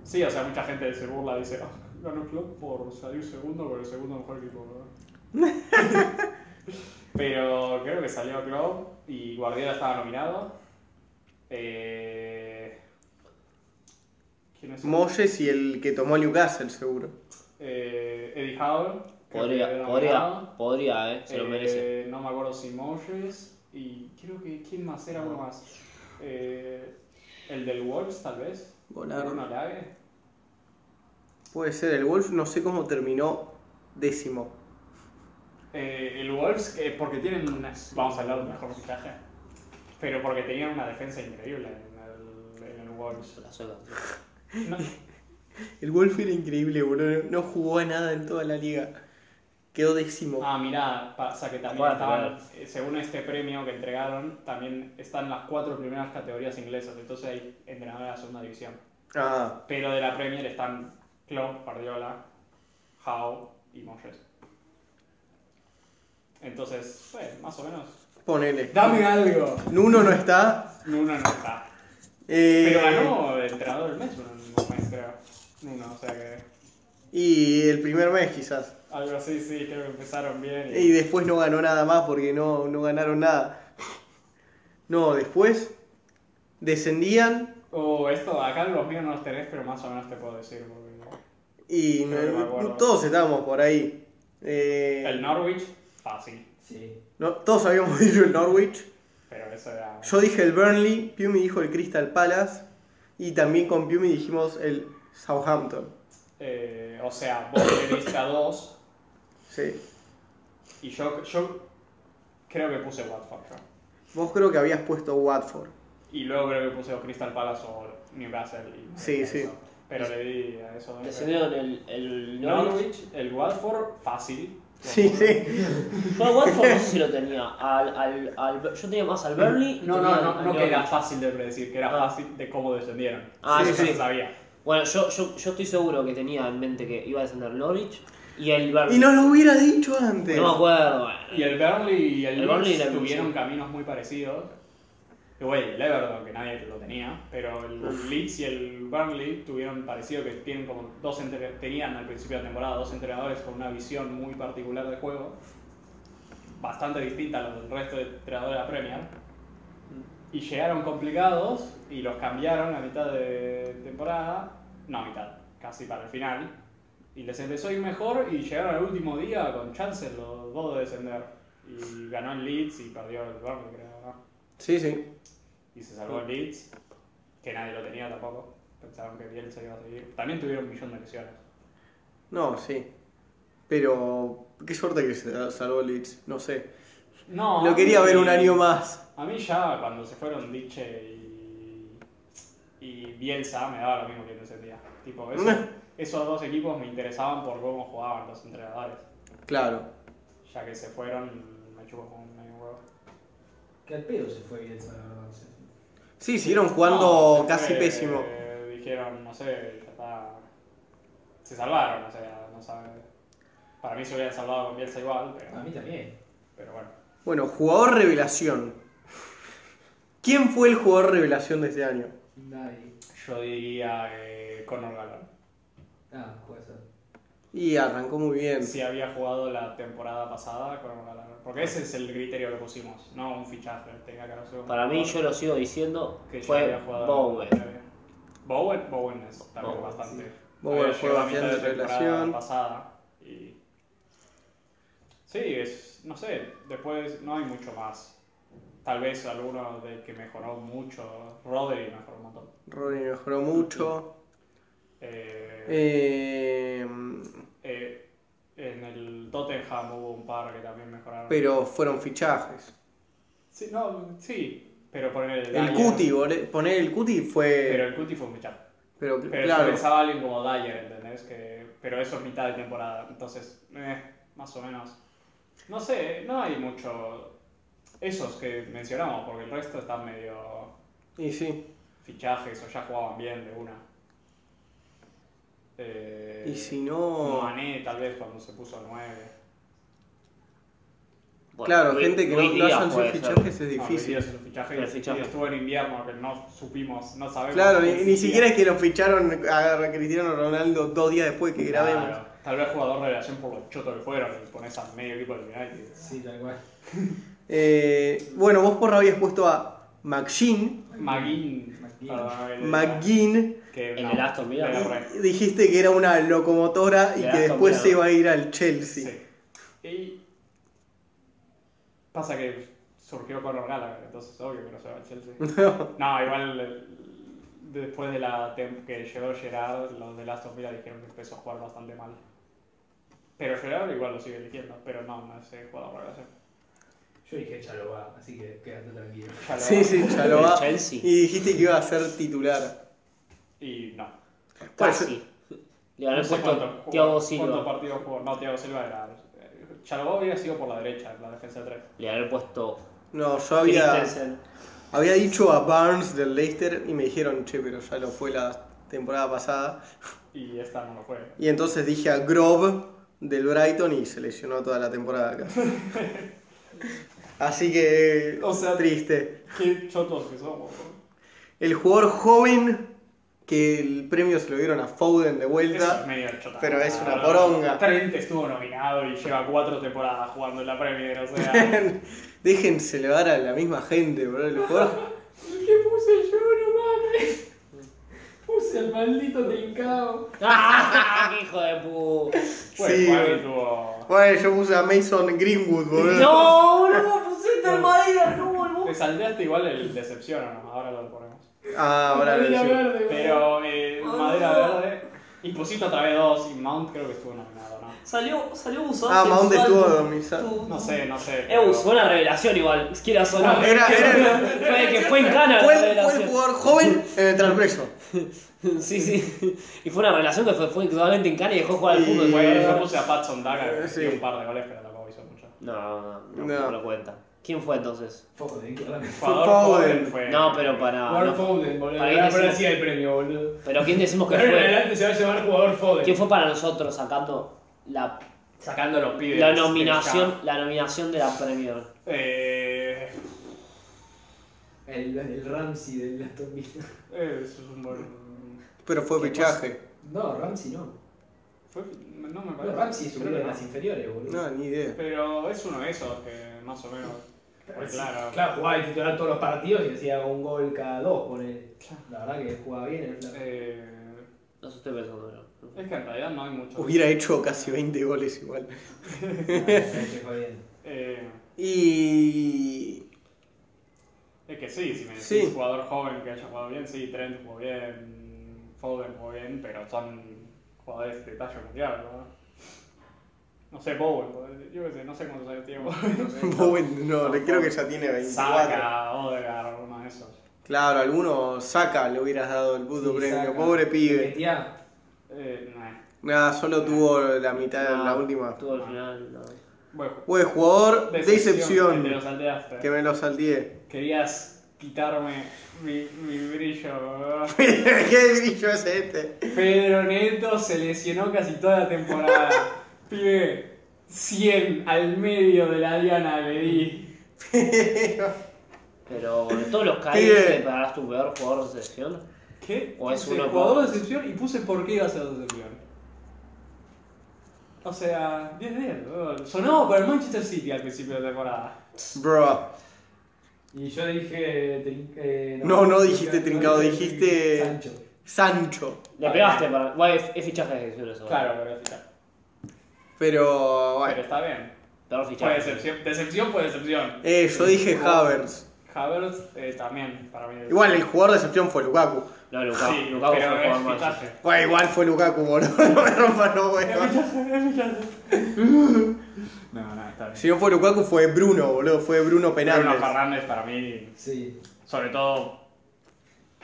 [SPEAKER 2] Sí, o sea, mucha gente se burla, dice, "Ah, ganó Klopp por salir segundo, por el segundo mejor equipo, ¿no?". Pero creo que salió Klopp y Guardiola estaba nominado. Eh... ¿Quién es? el-
[SPEAKER 3] Moyes y el que tomó Newcastle, seguro.
[SPEAKER 2] Eh, Eddie Howe. creo que
[SPEAKER 4] Podría,
[SPEAKER 2] quedó nominado.
[SPEAKER 4] podría, podría, eh, se lo
[SPEAKER 2] Eh,
[SPEAKER 4] merece.
[SPEAKER 2] No me acuerdo si Moses y creo que quién más era uno más. Eh, el del Wolves, tal vez.
[SPEAKER 3] Golaron.
[SPEAKER 2] Bruno Lage.
[SPEAKER 3] Puede ser, el Wolf no sé cómo terminó décimo.
[SPEAKER 2] Eh, el Wolves, que porque tienen una. Vamos a hablar de mejor fichaje. Pero porque tenían una defensa increíble en el, en el Wolves.
[SPEAKER 4] La soga.
[SPEAKER 2] No,
[SPEAKER 3] El Wolf era increíble, boludo. No jugó a nada en toda la liga. Quedó décimo.
[SPEAKER 2] Ah, mirá, pasa que también
[SPEAKER 4] Bueno,
[SPEAKER 2] estaban, eh, según este premio que entregaron, también están las cuatro primeras categorías inglesas, entonces hay entrenadores de la segunda división.
[SPEAKER 3] Ah,
[SPEAKER 2] Pero de la Premier están Klopp, Guardiola, Howe y Moyes. Entonces, pues, más o menos,
[SPEAKER 3] ponele.
[SPEAKER 5] Dame algo.
[SPEAKER 3] Nuno no está.
[SPEAKER 2] uno no está.
[SPEAKER 3] eh,
[SPEAKER 2] Pero ganó el entrenador del mes, un mes creo. Uno, o sea que
[SPEAKER 3] Y el primer mes quizás.
[SPEAKER 2] algo así, sí, creo que empezaron bien. y-
[SPEAKER 3] Y después no ganó nada más porque no, no ganaron nada. No, después descendían
[SPEAKER 2] Oh, esto, acá los míos no los tenés, pero más o menos te puedo decir. porque-
[SPEAKER 3] y
[SPEAKER 2] No me acuerdo.
[SPEAKER 3] todos estábamos por ahí. Eh,
[SPEAKER 2] El Norwich, fácil,
[SPEAKER 5] Sí.
[SPEAKER 3] no, todos habíamos dicho el Norwich.
[SPEAKER 2] pero eso era...
[SPEAKER 3] Yo dije el Burnley, Piumi dijo el Crystal Palace y también con Piumi dijimos el Southampton.
[SPEAKER 2] Eh, o sea, vos teniste a dos
[SPEAKER 3] Sí.
[SPEAKER 2] y yo, yo creo que puse Watford. yo.
[SPEAKER 3] Vos creo que habías puesto Watford.
[SPEAKER 2] Y luego creo que puse o Crystal Palace o Newcastle. Y
[SPEAKER 3] Sí,
[SPEAKER 2] eso.
[SPEAKER 3] sí.
[SPEAKER 2] Pero le di a eso. ¿eh?
[SPEAKER 4] Descendieron el, el Norwich.
[SPEAKER 2] Norwich, el Watford, fácil.
[SPEAKER 3] Sí, sí.
[SPEAKER 4] Bueno, Watford no sé si lo tenía. Al, al, al- yo tenía más al Burnley.
[SPEAKER 2] No,
[SPEAKER 4] tenía
[SPEAKER 2] no, no,
[SPEAKER 4] al
[SPEAKER 2] no que
[SPEAKER 4] Norwich.
[SPEAKER 2] era fácil de predecir, que era
[SPEAKER 4] Ah.
[SPEAKER 2] fácil de cómo descendieron.
[SPEAKER 4] Ah,
[SPEAKER 2] Eso
[SPEAKER 4] sí,
[SPEAKER 2] se
[SPEAKER 4] sí.
[SPEAKER 2] sabía.
[SPEAKER 4] Bueno, yo, yo, yo estoy seguro que tenía en mente que iba a descender el Norwich y el Burnley.
[SPEAKER 3] Y no lo hubiera dicho antes.
[SPEAKER 4] No me acuerdo. bueno.
[SPEAKER 2] Y el Burnley y el,
[SPEAKER 4] El Burnley
[SPEAKER 2] Leeds
[SPEAKER 4] era el
[SPEAKER 2] tuvieron
[SPEAKER 4] mismo.
[SPEAKER 2] caminos muy parecidos. Y bueno, el Everton, que nadie lo tenía, pero el Leeds y el Burnley tuvieron parecido que tienen como dos entre- tenían al principio de la temporada dos entrenadores con una visión muy particular del juego, bastante distinta a la del resto de entrenadores de la Premier. Y llegaron complicados y los cambiaron a mitad de temporada, no a mitad, casi para el final. Y les empezó a ir mejor y llegaron al último día con chances los dos de descender. Y ganó el Leeds y perdió el Burnley, creo. ¿no?
[SPEAKER 3] Sí, sí.
[SPEAKER 2] Y se salvó el Leeds, que nadie lo tenía tampoco. Pensaron que Bielsa iba a seguir. También tuvieron un millón de lesiones.
[SPEAKER 3] No, sí. Pero qué suerte que se salvó Leeds, no sé.
[SPEAKER 2] No.
[SPEAKER 3] Lo quería
[SPEAKER 2] a mí-
[SPEAKER 3] ver un año más.
[SPEAKER 2] A mí ya cuando se fueron Diche y, y Bielsa me daba lo mismo que en ese día. Tipo, eso-
[SPEAKER 3] Nah.
[SPEAKER 2] esos dos equipos me interesaban por cómo jugaban los entrenadores.
[SPEAKER 3] Claro.
[SPEAKER 2] Ya que se fueron, me chupó con medio huevo.
[SPEAKER 5] Que al pedo se fue bien, la verdad. sí.
[SPEAKER 3] Sí, siguieron
[SPEAKER 2] No,
[SPEAKER 3] jugando
[SPEAKER 2] se
[SPEAKER 3] casi
[SPEAKER 2] fue,
[SPEAKER 3] pésimo.
[SPEAKER 2] eh, dijeron, no sé, ya está. Se salvaron, o sea, no sabe. Para mí se hubieran salvado con Bielsa igual, pero,
[SPEAKER 5] A mí también.
[SPEAKER 2] pero bueno.
[SPEAKER 3] Bueno, jugador revelación. ¿Quién fue el jugador revelación de este año?
[SPEAKER 5] Nadie.
[SPEAKER 2] Yo diría eh, Conor Gallagher.
[SPEAKER 5] Ah, puede ser.
[SPEAKER 3] Y arrancó muy bien.
[SPEAKER 2] si había jugado la temporada pasada con Gallagher. Porque ese es el criterio que pusimos, no un fichaje. Tenga que hacer un
[SPEAKER 4] Para mí, yo
[SPEAKER 2] jugador
[SPEAKER 4] lo sigo diciendo,
[SPEAKER 2] que ya
[SPEAKER 4] fue
[SPEAKER 2] había jugado
[SPEAKER 4] Bowen.
[SPEAKER 2] en la NBA. Bowen, Bowen es también
[SPEAKER 4] Bowen,
[SPEAKER 2] bastante.
[SPEAKER 3] Bowen
[SPEAKER 2] Había
[SPEAKER 3] fue
[SPEAKER 2] llegado a
[SPEAKER 3] bastante
[SPEAKER 2] mitad de temporada
[SPEAKER 3] revelación.
[SPEAKER 2] pasada y sí, es, no sé, después no hay mucho más. Tal vez alguno del que mejoró mucho, Rodri mejoró un montón.
[SPEAKER 3] Rodri mejoró mucho.
[SPEAKER 2] Eh,
[SPEAKER 3] Eh,
[SPEAKER 2] eh, en el Tottenham hubo un par que también mejoraron.
[SPEAKER 3] pero fueron fichajes.
[SPEAKER 2] Sí, no, sí, pero poner el.
[SPEAKER 3] El
[SPEAKER 2] Dyer-
[SPEAKER 3] Cuti, bol- poner el Cuti
[SPEAKER 2] Pero
[SPEAKER 3] fue.
[SPEAKER 2] el Cuti fue un fichaje.
[SPEAKER 3] Pero,
[SPEAKER 2] Pero yo
[SPEAKER 3] claro.
[SPEAKER 2] pensaba alguien como Dyer, ¿entendés? Que, pero eso es mitad de temporada, entonces, eh, más o menos. No sé, no hay mucho. Esos que mencionamos, porque el resto están medio
[SPEAKER 3] Y sí.
[SPEAKER 2] fichajes o ya jugaban bien de una. Eh,
[SPEAKER 3] Y si no.
[SPEAKER 2] Mané, tal vez cuando se puso 9.
[SPEAKER 4] Bueno,
[SPEAKER 3] Claro,
[SPEAKER 4] Luis-
[SPEAKER 3] gente que
[SPEAKER 4] Luis
[SPEAKER 3] no, no
[SPEAKER 4] Díaz
[SPEAKER 3] hayan sido
[SPEAKER 4] puede ser.
[SPEAKER 3] fichajes es
[SPEAKER 2] No,
[SPEAKER 3] difícil.
[SPEAKER 2] es un fichaje,
[SPEAKER 4] Pero
[SPEAKER 2] y-
[SPEAKER 4] fichaje.
[SPEAKER 2] y estuvo en invierno, que no supimos, no sabemos.
[SPEAKER 3] Claro,
[SPEAKER 2] que
[SPEAKER 3] ni, ni
[SPEAKER 2] existía.
[SPEAKER 3] siquiera es que lo ficharon a Cristiano Ronaldo dos días después que grabemos.
[SPEAKER 2] Claro, tal vez jugador de relación por los chotos que fueron, y pones al medio equipo del United.
[SPEAKER 5] Sí, tal cual.
[SPEAKER 3] Eh, bueno, vos porra habías puesto a McGinn,
[SPEAKER 2] Maguín.
[SPEAKER 5] McGinn.
[SPEAKER 2] perdón, Ah, el-
[SPEAKER 3] McGinn,
[SPEAKER 2] que
[SPEAKER 4] En
[SPEAKER 2] no,
[SPEAKER 4] el Aston Villa.
[SPEAKER 2] era
[SPEAKER 4] Y-
[SPEAKER 2] re-
[SPEAKER 3] y dijiste que era una locomotora y
[SPEAKER 4] Le
[SPEAKER 3] que
[SPEAKER 4] das
[SPEAKER 3] después
[SPEAKER 4] cambiado.
[SPEAKER 3] se iba a ir al
[SPEAKER 2] Sí.
[SPEAKER 3] Chelsea.
[SPEAKER 2] Y pasa que surgió con Gallagher, entonces obvio que no se va al Chelsea. no, igual eh, después de la tem- que llegó Gerard, los de Last of Us dijeron que empezó a jugar bastante mal. Pero Gerard igual lo sigue eligiendo, pero no, no es el jugador revelación.
[SPEAKER 5] Yo dije Chaloba, así que quédate tranquilo.
[SPEAKER 2] Ya lo-
[SPEAKER 3] Sí, sí, ya lo va.
[SPEAKER 4] Chelsea.
[SPEAKER 3] Y dijiste que iba a ser titular.
[SPEAKER 2] Y no.
[SPEAKER 4] Casi. Le ganó
[SPEAKER 2] No
[SPEAKER 4] el
[SPEAKER 2] sé
[SPEAKER 4] puesto
[SPEAKER 2] cuánto-
[SPEAKER 4] a Thiago
[SPEAKER 2] ¿Cuántos
[SPEAKER 4] Silva.
[SPEAKER 2] partidos jugó? No, Thiago Silva era. Chalobah había sido por la derecha, en la defensa 3.
[SPEAKER 4] Le ganó el puesto
[SPEAKER 3] No, yo
[SPEAKER 4] a
[SPEAKER 3] había,
[SPEAKER 4] Christensen.
[SPEAKER 3] había dicho a Barnes del Leicester y me dijeron, che, pero ya lo fue la temporada pasada.
[SPEAKER 2] Y esta no lo fue.
[SPEAKER 3] Y entonces dije a Grob del Brighton y se lesionó toda la temporada acá. Así que.
[SPEAKER 2] O sea,
[SPEAKER 3] triste.
[SPEAKER 2] Qué chotos que somos. boludo.
[SPEAKER 3] El jugador joven que el premio se lo dieron a Foden
[SPEAKER 2] Eso
[SPEAKER 3] de
[SPEAKER 2] es
[SPEAKER 3] vuelta.
[SPEAKER 2] medio chota.
[SPEAKER 3] Pero es una poronga.
[SPEAKER 2] Trent estuvo nominado y lleva cuatro temporadas jugando en la Premier, o sea.
[SPEAKER 3] Déjense elevar a la misma gente, bro. El jugador.
[SPEAKER 5] ¿Qué puse yo? No mames. Puse al maldito trincado.
[SPEAKER 4] ¡Ah! ¡Qué hijo de puta!
[SPEAKER 2] Bueno,
[SPEAKER 3] Sí,
[SPEAKER 2] Juan
[SPEAKER 3] boludo.
[SPEAKER 2] estuvo.
[SPEAKER 3] Bueno, yo puse a Mason Greenwood, boludo.
[SPEAKER 4] ¡No, boludo! ¡Pusiste el madera! ¡No, boludo!
[SPEAKER 2] Te salteaste igual el decepción, ¿o no? ahora lo ponemos.
[SPEAKER 3] Ah, ahora lo
[SPEAKER 5] Mira,
[SPEAKER 3] decimos.
[SPEAKER 5] verde,
[SPEAKER 2] Pero eh,
[SPEAKER 4] Ah.
[SPEAKER 2] Madera Verde. Y pusiste otra vez dos y Mount creo que estuvo nominado, ¿no?
[SPEAKER 4] Salió, salió buzón.
[SPEAKER 3] Ah, Mount
[SPEAKER 4] sexual.
[SPEAKER 3] estuvo dormizado.
[SPEAKER 4] Tu-
[SPEAKER 2] No sé, no sé.
[SPEAKER 4] Eh,
[SPEAKER 2] pero-
[SPEAKER 4] fue una revelación igual. Quieras o no.
[SPEAKER 3] Era- era-
[SPEAKER 4] Fue que fue en Cana
[SPEAKER 3] Fue el, fue
[SPEAKER 4] la
[SPEAKER 3] el
[SPEAKER 4] revelación.
[SPEAKER 3] jugador joven eh, en el transpreso.
[SPEAKER 4] Sí, sí. Y fue una relación que fue, fue totalmente en Cana y dejó jugar al
[SPEAKER 3] Y-
[SPEAKER 4] fútbol.
[SPEAKER 2] Bueno, yo puse a Patson Daga, que
[SPEAKER 3] Eh, Sí.
[SPEAKER 2] dio un par de goles, pero tampoco hizo mucho.
[SPEAKER 4] No, no, no,
[SPEAKER 3] No.
[SPEAKER 4] no lo cuenta. ¿Quién fue entonces?
[SPEAKER 5] Foden, claramente.
[SPEAKER 2] Jugador
[SPEAKER 3] Foden.
[SPEAKER 2] joven fue.
[SPEAKER 4] No, pero para.
[SPEAKER 5] Jugador
[SPEAKER 4] no.
[SPEAKER 5] Foden, boludo.
[SPEAKER 4] Para que
[SPEAKER 5] Ahora
[SPEAKER 4] decimos-
[SPEAKER 5] ahora sí el premio, boludo.
[SPEAKER 4] Pero ¿quién decimos que
[SPEAKER 5] Ahora en
[SPEAKER 4] fue?
[SPEAKER 5] adelante se va a llamar jugador Foden.
[SPEAKER 4] ¿Quién fue para nosotros sacando la,
[SPEAKER 2] Sacando a los pibes.
[SPEAKER 4] la
[SPEAKER 2] del
[SPEAKER 4] nominación la nominación de la Premier?
[SPEAKER 2] K. Eh.
[SPEAKER 5] El, el Ramsey del Aston Villa.
[SPEAKER 2] eh, Eso es un buen.
[SPEAKER 3] Pero fue fichaje.
[SPEAKER 5] No, Ramsey no.
[SPEAKER 2] Fue... No me
[SPEAKER 5] Bueno,
[SPEAKER 2] parece.
[SPEAKER 5] Ramsey es un
[SPEAKER 2] Creo
[SPEAKER 5] de
[SPEAKER 2] que
[SPEAKER 5] las
[SPEAKER 2] no.
[SPEAKER 5] inferiores, boludo.
[SPEAKER 3] No, ni idea.
[SPEAKER 2] Pero es uno de esos que más o menos. Pues claro.
[SPEAKER 5] Claro, jugaba el titular todos los partidos y hacía un gol cada dos, ponele. La verdad que jugaba bien el flaco.
[SPEAKER 2] Eh,
[SPEAKER 4] No sé, estoy pensando. ¿no?
[SPEAKER 2] es que en realidad no hay mucho.
[SPEAKER 3] Hubiera hecho casi 20 goles igual.
[SPEAKER 5] Se fue bien.
[SPEAKER 2] Eh,
[SPEAKER 3] Y.
[SPEAKER 2] es que sí, si me decís
[SPEAKER 3] Sí.
[SPEAKER 2] jugador joven que haya jugado bien, sí, Trent jugó bien, Foden jugó bien, pero son jugadores de talla mundial, ¿no? No sé, Bowen, podés- yo qué sé, no sé cuántos años tiene Bowen.
[SPEAKER 3] Bowen, no, le creo que ya tiene 24.
[SPEAKER 2] Saca, Odegaard, uno de esos.
[SPEAKER 3] Claro, alguno saca, le hubieras dado el puto
[SPEAKER 5] Sí,
[SPEAKER 3] premio.
[SPEAKER 5] saca.
[SPEAKER 3] Pobre pibe.
[SPEAKER 5] Ketia,
[SPEAKER 2] Eh, nah.
[SPEAKER 3] Nada, solo tuvo la mitad,
[SPEAKER 4] No,
[SPEAKER 3] la última.
[SPEAKER 4] Estuvo al final. no.
[SPEAKER 2] Bueno,
[SPEAKER 3] Fue jugador decepción.
[SPEAKER 2] Te lo salteaste.
[SPEAKER 3] Que me lo salteé.
[SPEAKER 2] Querías quitarme mi, mi brillo, ¿verdad?
[SPEAKER 3] ¿Qué brillo es este?
[SPEAKER 2] Pedro Neto se lesionó casi toda la temporada. Pibe, 100 al medio de la diana le di.
[SPEAKER 4] Pero de todos los
[SPEAKER 3] Pibe.
[SPEAKER 4] caídos, ¿te parás tu peor jugador de selección?
[SPEAKER 2] ¿Qué?
[SPEAKER 4] O es
[SPEAKER 2] Puse
[SPEAKER 4] uno
[SPEAKER 2] jugador
[SPEAKER 4] por-
[SPEAKER 2] de excepción y puse por qué iba a ser de excepción. O sea, 10 10. boludo. Sonó para el Manchester City al principio de temporada.
[SPEAKER 3] Bro.
[SPEAKER 5] Y yo dije. Trin- eh,
[SPEAKER 3] No, no dijiste Trincao,
[SPEAKER 5] dije
[SPEAKER 3] dijiste-
[SPEAKER 5] Sancho.
[SPEAKER 3] Sancho.
[SPEAKER 4] Le
[SPEAKER 2] Ah,
[SPEAKER 4] pegaste para. Bueno, es, es fichaje de selección eso.
[SPEAKER 2] Claro, lo voy a citar.
[SPEAKER 3] Pero
[SPEAKER 2] Pero
[SPEAKER 3] bueno.
[SPEAKER 2] está bien.
[SPEAKER 4] Peor
[SPEAKER 2] Fue
[SPEAKER 4] fichaje.
[SPEAKER 2] decepción. Decepción fue decepción.
[SPEAKER 3] Eh, yo dije Havertz.
[SPEAKER 2] Havertz eh, también, para mí.
[SPEAKER 3] Igual el jugador de excepción fue Lukaku.
[SPEAKER 4] No, Lukaku.
[SPEAKER 2] Sí,
[SPEAKER 4] Lukaku fue
[SPEAKER 2] pero
[SPEAKER 4] el
[SPEAKER 2] es
[SPEAKER 4] jugador más.
[SPEAKER 2] fichaje.
[SPEAKER 3] Bueno, igual fue Lukaku, boludo. No me rompan los huevos.
[SPEAKER 2] No, no, está bien.
[SPEAKER 3] Si no fue Lukaku, fue Bruno, boludo. Fue Bruno
[SPEAKER 2] Bruno
[SPEAKER 3] Penales.
[SPEAKER 2] Fernández para mí
[SPEAKER 5] Sí.
[SPEAKER 2] Sobre todo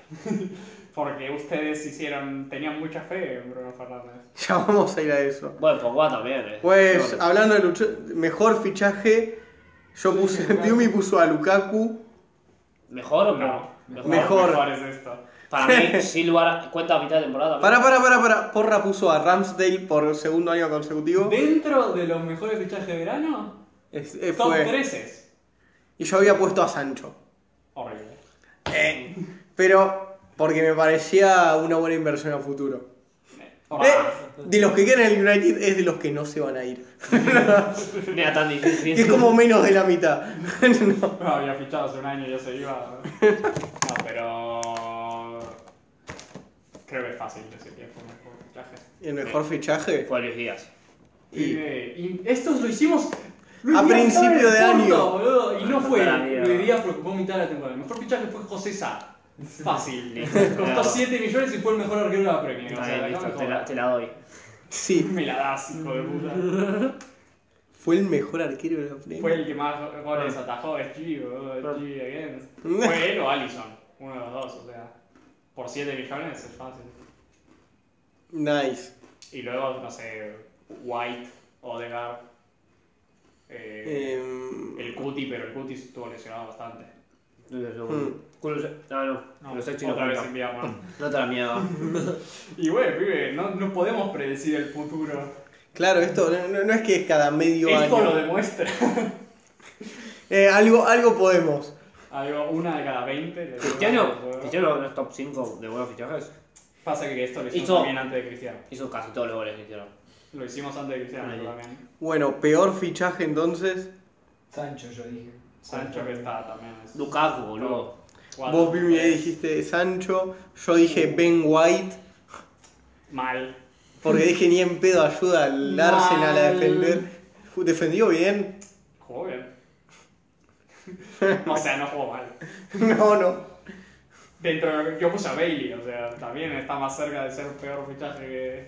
[SPEAKER 2] porque ustedes hicieron, tenían mucha fe en Bruno Fernández.
[SPEAKER 3] Ya vamos a ir a eso.
[SPEAKER 4] Bueno, Pogba también, eh.
[SPEAKER 3] Pues,
[SPEAKER 4] No,
[SPEAKER 3] hablando de lucha- mejor fichaje, yo puse. Diumi puso a Lukaku.
[SPEAKER 4] ¿Mejor o
[SPEAKER 2] No,
[SPEAKER 4] peor?
[SPEAKER 3] Mejor.
[SPEAKER 2] es esto.
[SPEAKER 4] Para mí, Silva cuenta a mitad de temporada.
[SPEAKER 3] Pará, pará, pará, pará. Porra puso a Ramsdale por segundo año consecutivo.
[SPEAKER 2] Dentro de los mejores fichajes de verano,
[SPEAKER 3] Es- eh,
[SPEAKER 2] top
[SPEAKER 3] fue.
[SPEAKER 2] 13 es
[SPEAKER 3] Y yo había puesto a Sancho.
[SPEAKER 2] horrible.
[SPEAKER 3] Eh, Pero, porque me parecía una buena inversión a futuro.
[SPEAKER 2] Horrible.
[SPEAKER 3] Eh, de los que quedan en el United es de los que no se van a ir.
[SPEAKER 4] No era tan difícil.
[SPEAKER 3] Que es como menos de la mitad. No.
[SPEAKER 2] No, había fichado hace un año y ya se iba. No, pero creo que es fácil decir que fue un mejor fichaje.
[SPEAKER 3] El mejor fichaje.
[SPEAKER 4] Fue Luis Díaz.
[SPEAKER 3] Y-
[SPEAKER 2] Pibe, y estos lo hicimos lo
[SPEAKER 3] A
[SPEAKER 2] hicimos
[SPEAKER 3] principio
[SPEAKER 2] todo el
[SPEAKER 3] de
[SPEAKER 2] mundo,
[SPEAKER 3] año.
[SPEAKER 4] Ah,
[SPEAKER 2] boludo, y no fue.
[SPEAKER 4] Para mí,
[SPEAKER 2] De
[SPEAKER 4] no.
[SPEAKER 2] día preocupó mitad de la temporada. El mejor fichaje fue José Sá. Fácil, listo. te la
[SPEAKER 7] Costó
[SPEAKER 2] doy.
[SPEAKER 7] 7 millones y fue el mejor arquero de la Premier.
[SPEAKER 4] Está
[SPEAKER 7] O sea,
[SPEAKER 4] bien,
[SPEAKER 7] la
[SPEAKER 4] listo,
[SPEAKER 7] acabo de
[SPEAKER 4] te la,
[SPEAKER 7] joder.
[SPEAKER 4] te la doy.
[SPEAKER 3] Sí,
[SPEAKER 2] Me la das, hijo de puta.
[SPEAKER 3] fue el mejor arquero de la Premier.
[SPEAKER 2] Fue el que más goles atajó, es G, boludo, es G against. Fue él o Allison, uno de los dos, o sea. Por 7 millones es fácil.
[SPEAKER 3] Nice.
[SPEAKER 2] Y luego, no sé, White, Odegaard. Eh,
[SPEAKER 3] Em,
[SPEAKER 2] El Cuti, pero el Cuti estuvo lesionado bastante.
[SPEAKER 4] No, no, no.
[SPEAKER 3] Hmm.
[SPEAKER 4] Culo- No, no.
[SPEAKER 2] No,
[SPEAKER 4] Los sexy no
[SPEAKER 2] otra vez
[SPEAKER 4] cuentan.
[SPEAKER 2] enviamos.
[SPEAKER 4] No te la mierda.
[SPEAKER 2] Y bueno, pibe, no, no podemos predecir el futuro.
[SPEAKER 3] claro, esto no, no- no es que es cada medio
[SPEAKER 2] Esto lo
[SPEAKER 3] año.
[SPEAKER 2] demuestra.
[SPEAKER 3] Eh, algo, algo podemos.
[SPEAKER 2] Algo, una de cada 20. le
[SPEAKER 4] Cristiano,
[SPEAKER 2] toca.
[SPEAKER 4] Cristiano no es top 5 de buenos fichajes.
[SPEAKER 2] Pasa que esto lo hicimos
[SPEAKER 4] Hizo-
[SPEAKER 2] también antes de Cristiano.
[SPEAKER 4] Hizo casi todos los goles, Cristiano.
[SPEAKER 2] Lo hicimos antes de Cristiano
[SPEAKER 4] Ahí.
[SPEAKER 2] también.
[SPEAKER 3] Bueno, peor fichaje entonces.
[SPEAKER 5] Sancho, yo dije.
[SPEAKER 2] Sancho que está también. es-
[SPEAKER 4] Lukaku, boludo.
[SPEAKER 2] Cuatro,
[SPEAKER 3] Vos, Bibi,
[SPEAKER 2] tres.
[SPEAKER 3] dijiste Sancho. Yo dije Ben White.
[SPEAKER 2] Mal.
[SPEAKER 3] Porque dije ni en pedo ayuda al
[SPEAKER 4] Mal.
[SPEAKER 3] Arsenal a defender. Ju- Defendió bien.
[SPEAKER 2] Jugó bien. o sea, no jugó mal.
[SPEAKER 3] No, no.
[SPEAKER 2] Dentro de lo que- yo puse a Bailey, o sea, también está más cerca de ser un peor fichaje que.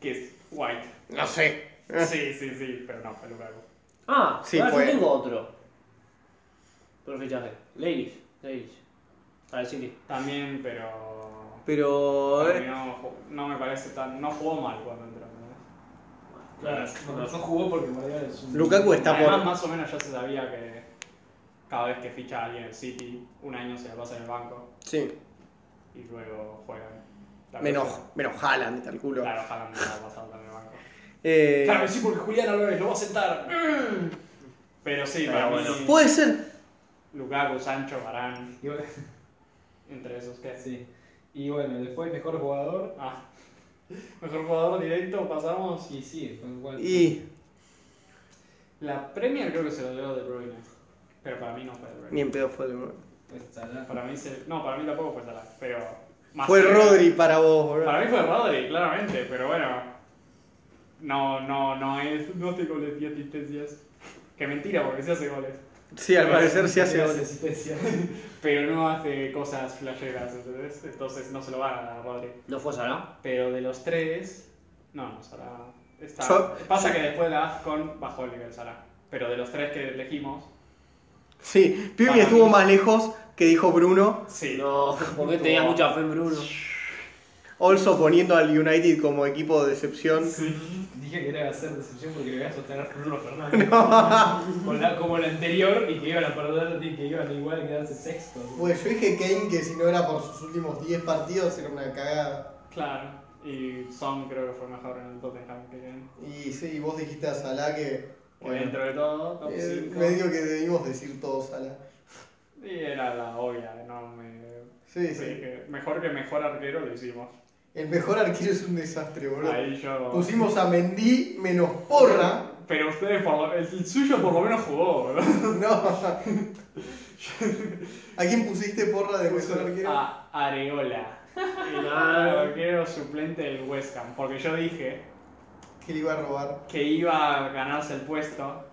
[SPEAKER 2] que White.
[SPEAKER 3] No sé.
[SPEAKER 2] Sí, sí, sí, pero no, fue Lukaku.
[SPEAKER 4] Ah,
[SPEAKER 3] Sí,
[SPEAKER 4] ahora
[SPEAKER 3] fue.
[SPEAKER 4] yo tengo otro. Pero fichaje. Ladies, ladies. Para el City.
[SPEAKER 2] También, pero.
[SPEAKER 3] Pero.
[SPEAKER 2] A mí no, ju- no me parece tan. No jugó mal cuando entró. ¿no?
[SPEAKER 5] Claro, no, no jugó porque Mariano es un.
[SPEAKER 3] Lukaku está
[SPEAKER 2] Además,
[SPEAKER 3] por.
[SPEAKER 2] más o menos ya se sabía que cada vez que ficha a alguien en City, un año se le pasa en el banco
[SPEAKER 3] Sí.
[SPEAKER 2] y luego juegan. La
[SPEAKER 3] Menos,
[SPEAKER 2] cosa-
[SPEAKER 3] menos Haaland, tal culo.
[SPEAKER 2] Claro, Haaland se la pasa en el banco.
[SPEAKER 3] Eh,
[SPEAKER 2] Claro, sí, porque Julián Álvarez lo va a sentar. Pero sí,
[SPEAKER 4] Pero
[SPEAKER 2] para
[SPEAKER 4] bueno.
[SPEAKER 2] mí,
[SPEAKER 3] Puede ser.
[SPEAKER 2] Lukaku, Sancho, Barán,
[SPEAKER 5] Y bueno,
[SPEAKER 2] entre esos que
[SPEAKER 5] sí. Y bueno, después mejor jugador.
[SPEAKER 2] Ah. Mejor jugador directo, pasamos.
[SPEAKER 5] Y sí, fue igual.
[SPEAKER 3] Y
[SPEAKER 2] La Premier creo que se lo dio De Bruyne. Pero para mí no fue De Bruyne.
[SPEAKER 3] ni en pedo fue. De Bruyne.
[SPEAKER 5] Pues, Salah.
[SPEAKER 2] Para mí se... No, para mí tampoco fue Salah, pero... más
[SPEAKER 3] Fue
[SPEAKER 2] cerca.
[SPEAKER 3] Rodri para vos, bro.
[SPEAKER 2] Para mí fue Rodri, claramente, pero bueno... No, no, no es... No hace goles 10 asistencias. Que mentira, porque sí hace goles.
[SPEAKER 3] Sí, al parecer sí hace
[SPEAKER 5] Gracias,
[SPEAKER 3] goles.
[SPEAKER 5] asistencia.
[SPEAKER 2] Pero no hace cosas flasheras, ¿entendés? Entonces no se lo van a dar a Rodri.
[SPEAKER 4] ¿No fue Salah?
[SPEAKER 2] Pero de los tres... No, no, Salah... Está...
[SPEAKER 3] Yo-
[SPEAKER 2] Pasa que después de la AFCON bajó el nivel Salah. Pero de los tres que elegimos...
[SPEAKER 3] Sí, Pipi
[SPEAKER 2] Para
[SPEAKER 3] estuvo
[SPEAKER 2] mí.
[SPEAKER 3] más lejos que dijo Bruno.
[SPEAKER 2] Sí.
[SPEAKER 4] No, porque tenías
[SPEAKER 2] No.
[SPEAKER 4] mucha fe en Bruno.
[SPEAKER 3] Also poniendo al United como equipo de decepción.
[SPEAKER 5] Dije que era hacer decepción porque iba a sostener a Bruno Fernández. Con la- como la anterior y que iban a perder y que iban igual a quedarse sexto.
[SPEAKER 8] Pues yo dije Kane que si no era por sus últimos 10 partidos era una cagada.
[SPEAKER 2] Claro. Y Son creo que fue mejor en el Tottenham que en...
[SPEAKER 8] Y sí, vos dijiste a Salah que.
[SPEAKER 2] Que
[SPEAKER 8] Bueno,
[SPEAKER 2] dentro de todo, top
[SPEAKER 8] eh,
[SPEAKER 2] 5.
[SPEAKER 8] medio que debimos decir todo Salah.
[SPEAKER 2] Y era la obvia, no me.
[SPEAKER 8] Sí,
[SPEAKER 2] Sí,
[SPEAKER 8] sí.
[SPEAKER 2] que mejor que mejor arquero lo hicimos.
[SPEAKER 8] El mejor arquero es un desastre, boludo.
[SPEAKER 2] Ahí yo.
[SPEAKER 8] Pusimos a Mendy menos porra.
[SPEAKER 2] Pero ustedes, por lo- el, el suyo por lo menos jugó, ¿verdad?
[SPEAKER 8] No. ¿A quién pusiste porra de mejor arquero?
[SPEAKER 2] A Areola. El arquero suplente del West Ham. Porque yo dije
[SPEAKER 8] Que le iba a robar.
[SPEAKER 2] que iba a ganarse el puesto.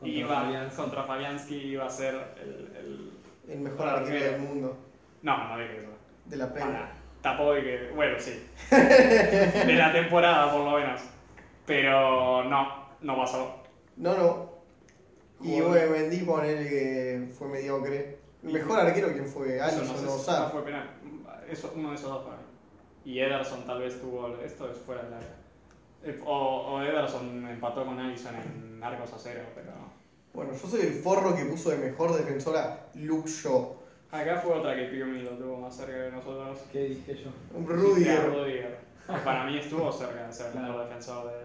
[SPEAKER 5] Contra
[SPEAKER 2] iba
[SPEAKER 5] Fabianski.
[SPEAKER 2] contra Fabianski iba a ser el. el-
[SPEAKER 8] El mejor arquero del mundo.
[SPEAKER 2] No, no dije eso.
[SPEAKER 8] De la pena.
[SPEAKER 2] Para, tampoco hay que. Bueno, sí. De la temporada, por lo menos. Pero no, no pasó.
[SPEAKER 8] No, no. Y
[SPEAKER 2] Joder.
[SPEAKER 8] bueno, Mendy poner que fue mediocre. El mejor arquero quien fue,
[SPEAKER 2] Eso
[SPEAKER 8] Alison
[SPEAKER 2] no, sé
[SPEAKER 8] o
[SPEAKER 2] si-
[SPEAKER 8] Sar.
[SPEAKER 2] no fue penal. Eso, uno de esos dos para mí. Y Ederson tal vez tuvo. Esto es fuera del área. Eh, O, o Ederson empató con Allison en arcos a cero, pero.
[SPEAKER 8] Bueno, yo soy el forro que puso de mejor defensora Luke Shaw.
[SPEAKER 2] Acá fue otra que Piumi lo tuvo más cerca de nosotros.
[SPEAKER 5] ¿Qué dije yo?
[SPEAKER 2] Y
[SPEAKER 8] Rudiger.
[SPEAKER 2] Rudiger. Que Para mí estuvo cerca de ser el mejor defensor de.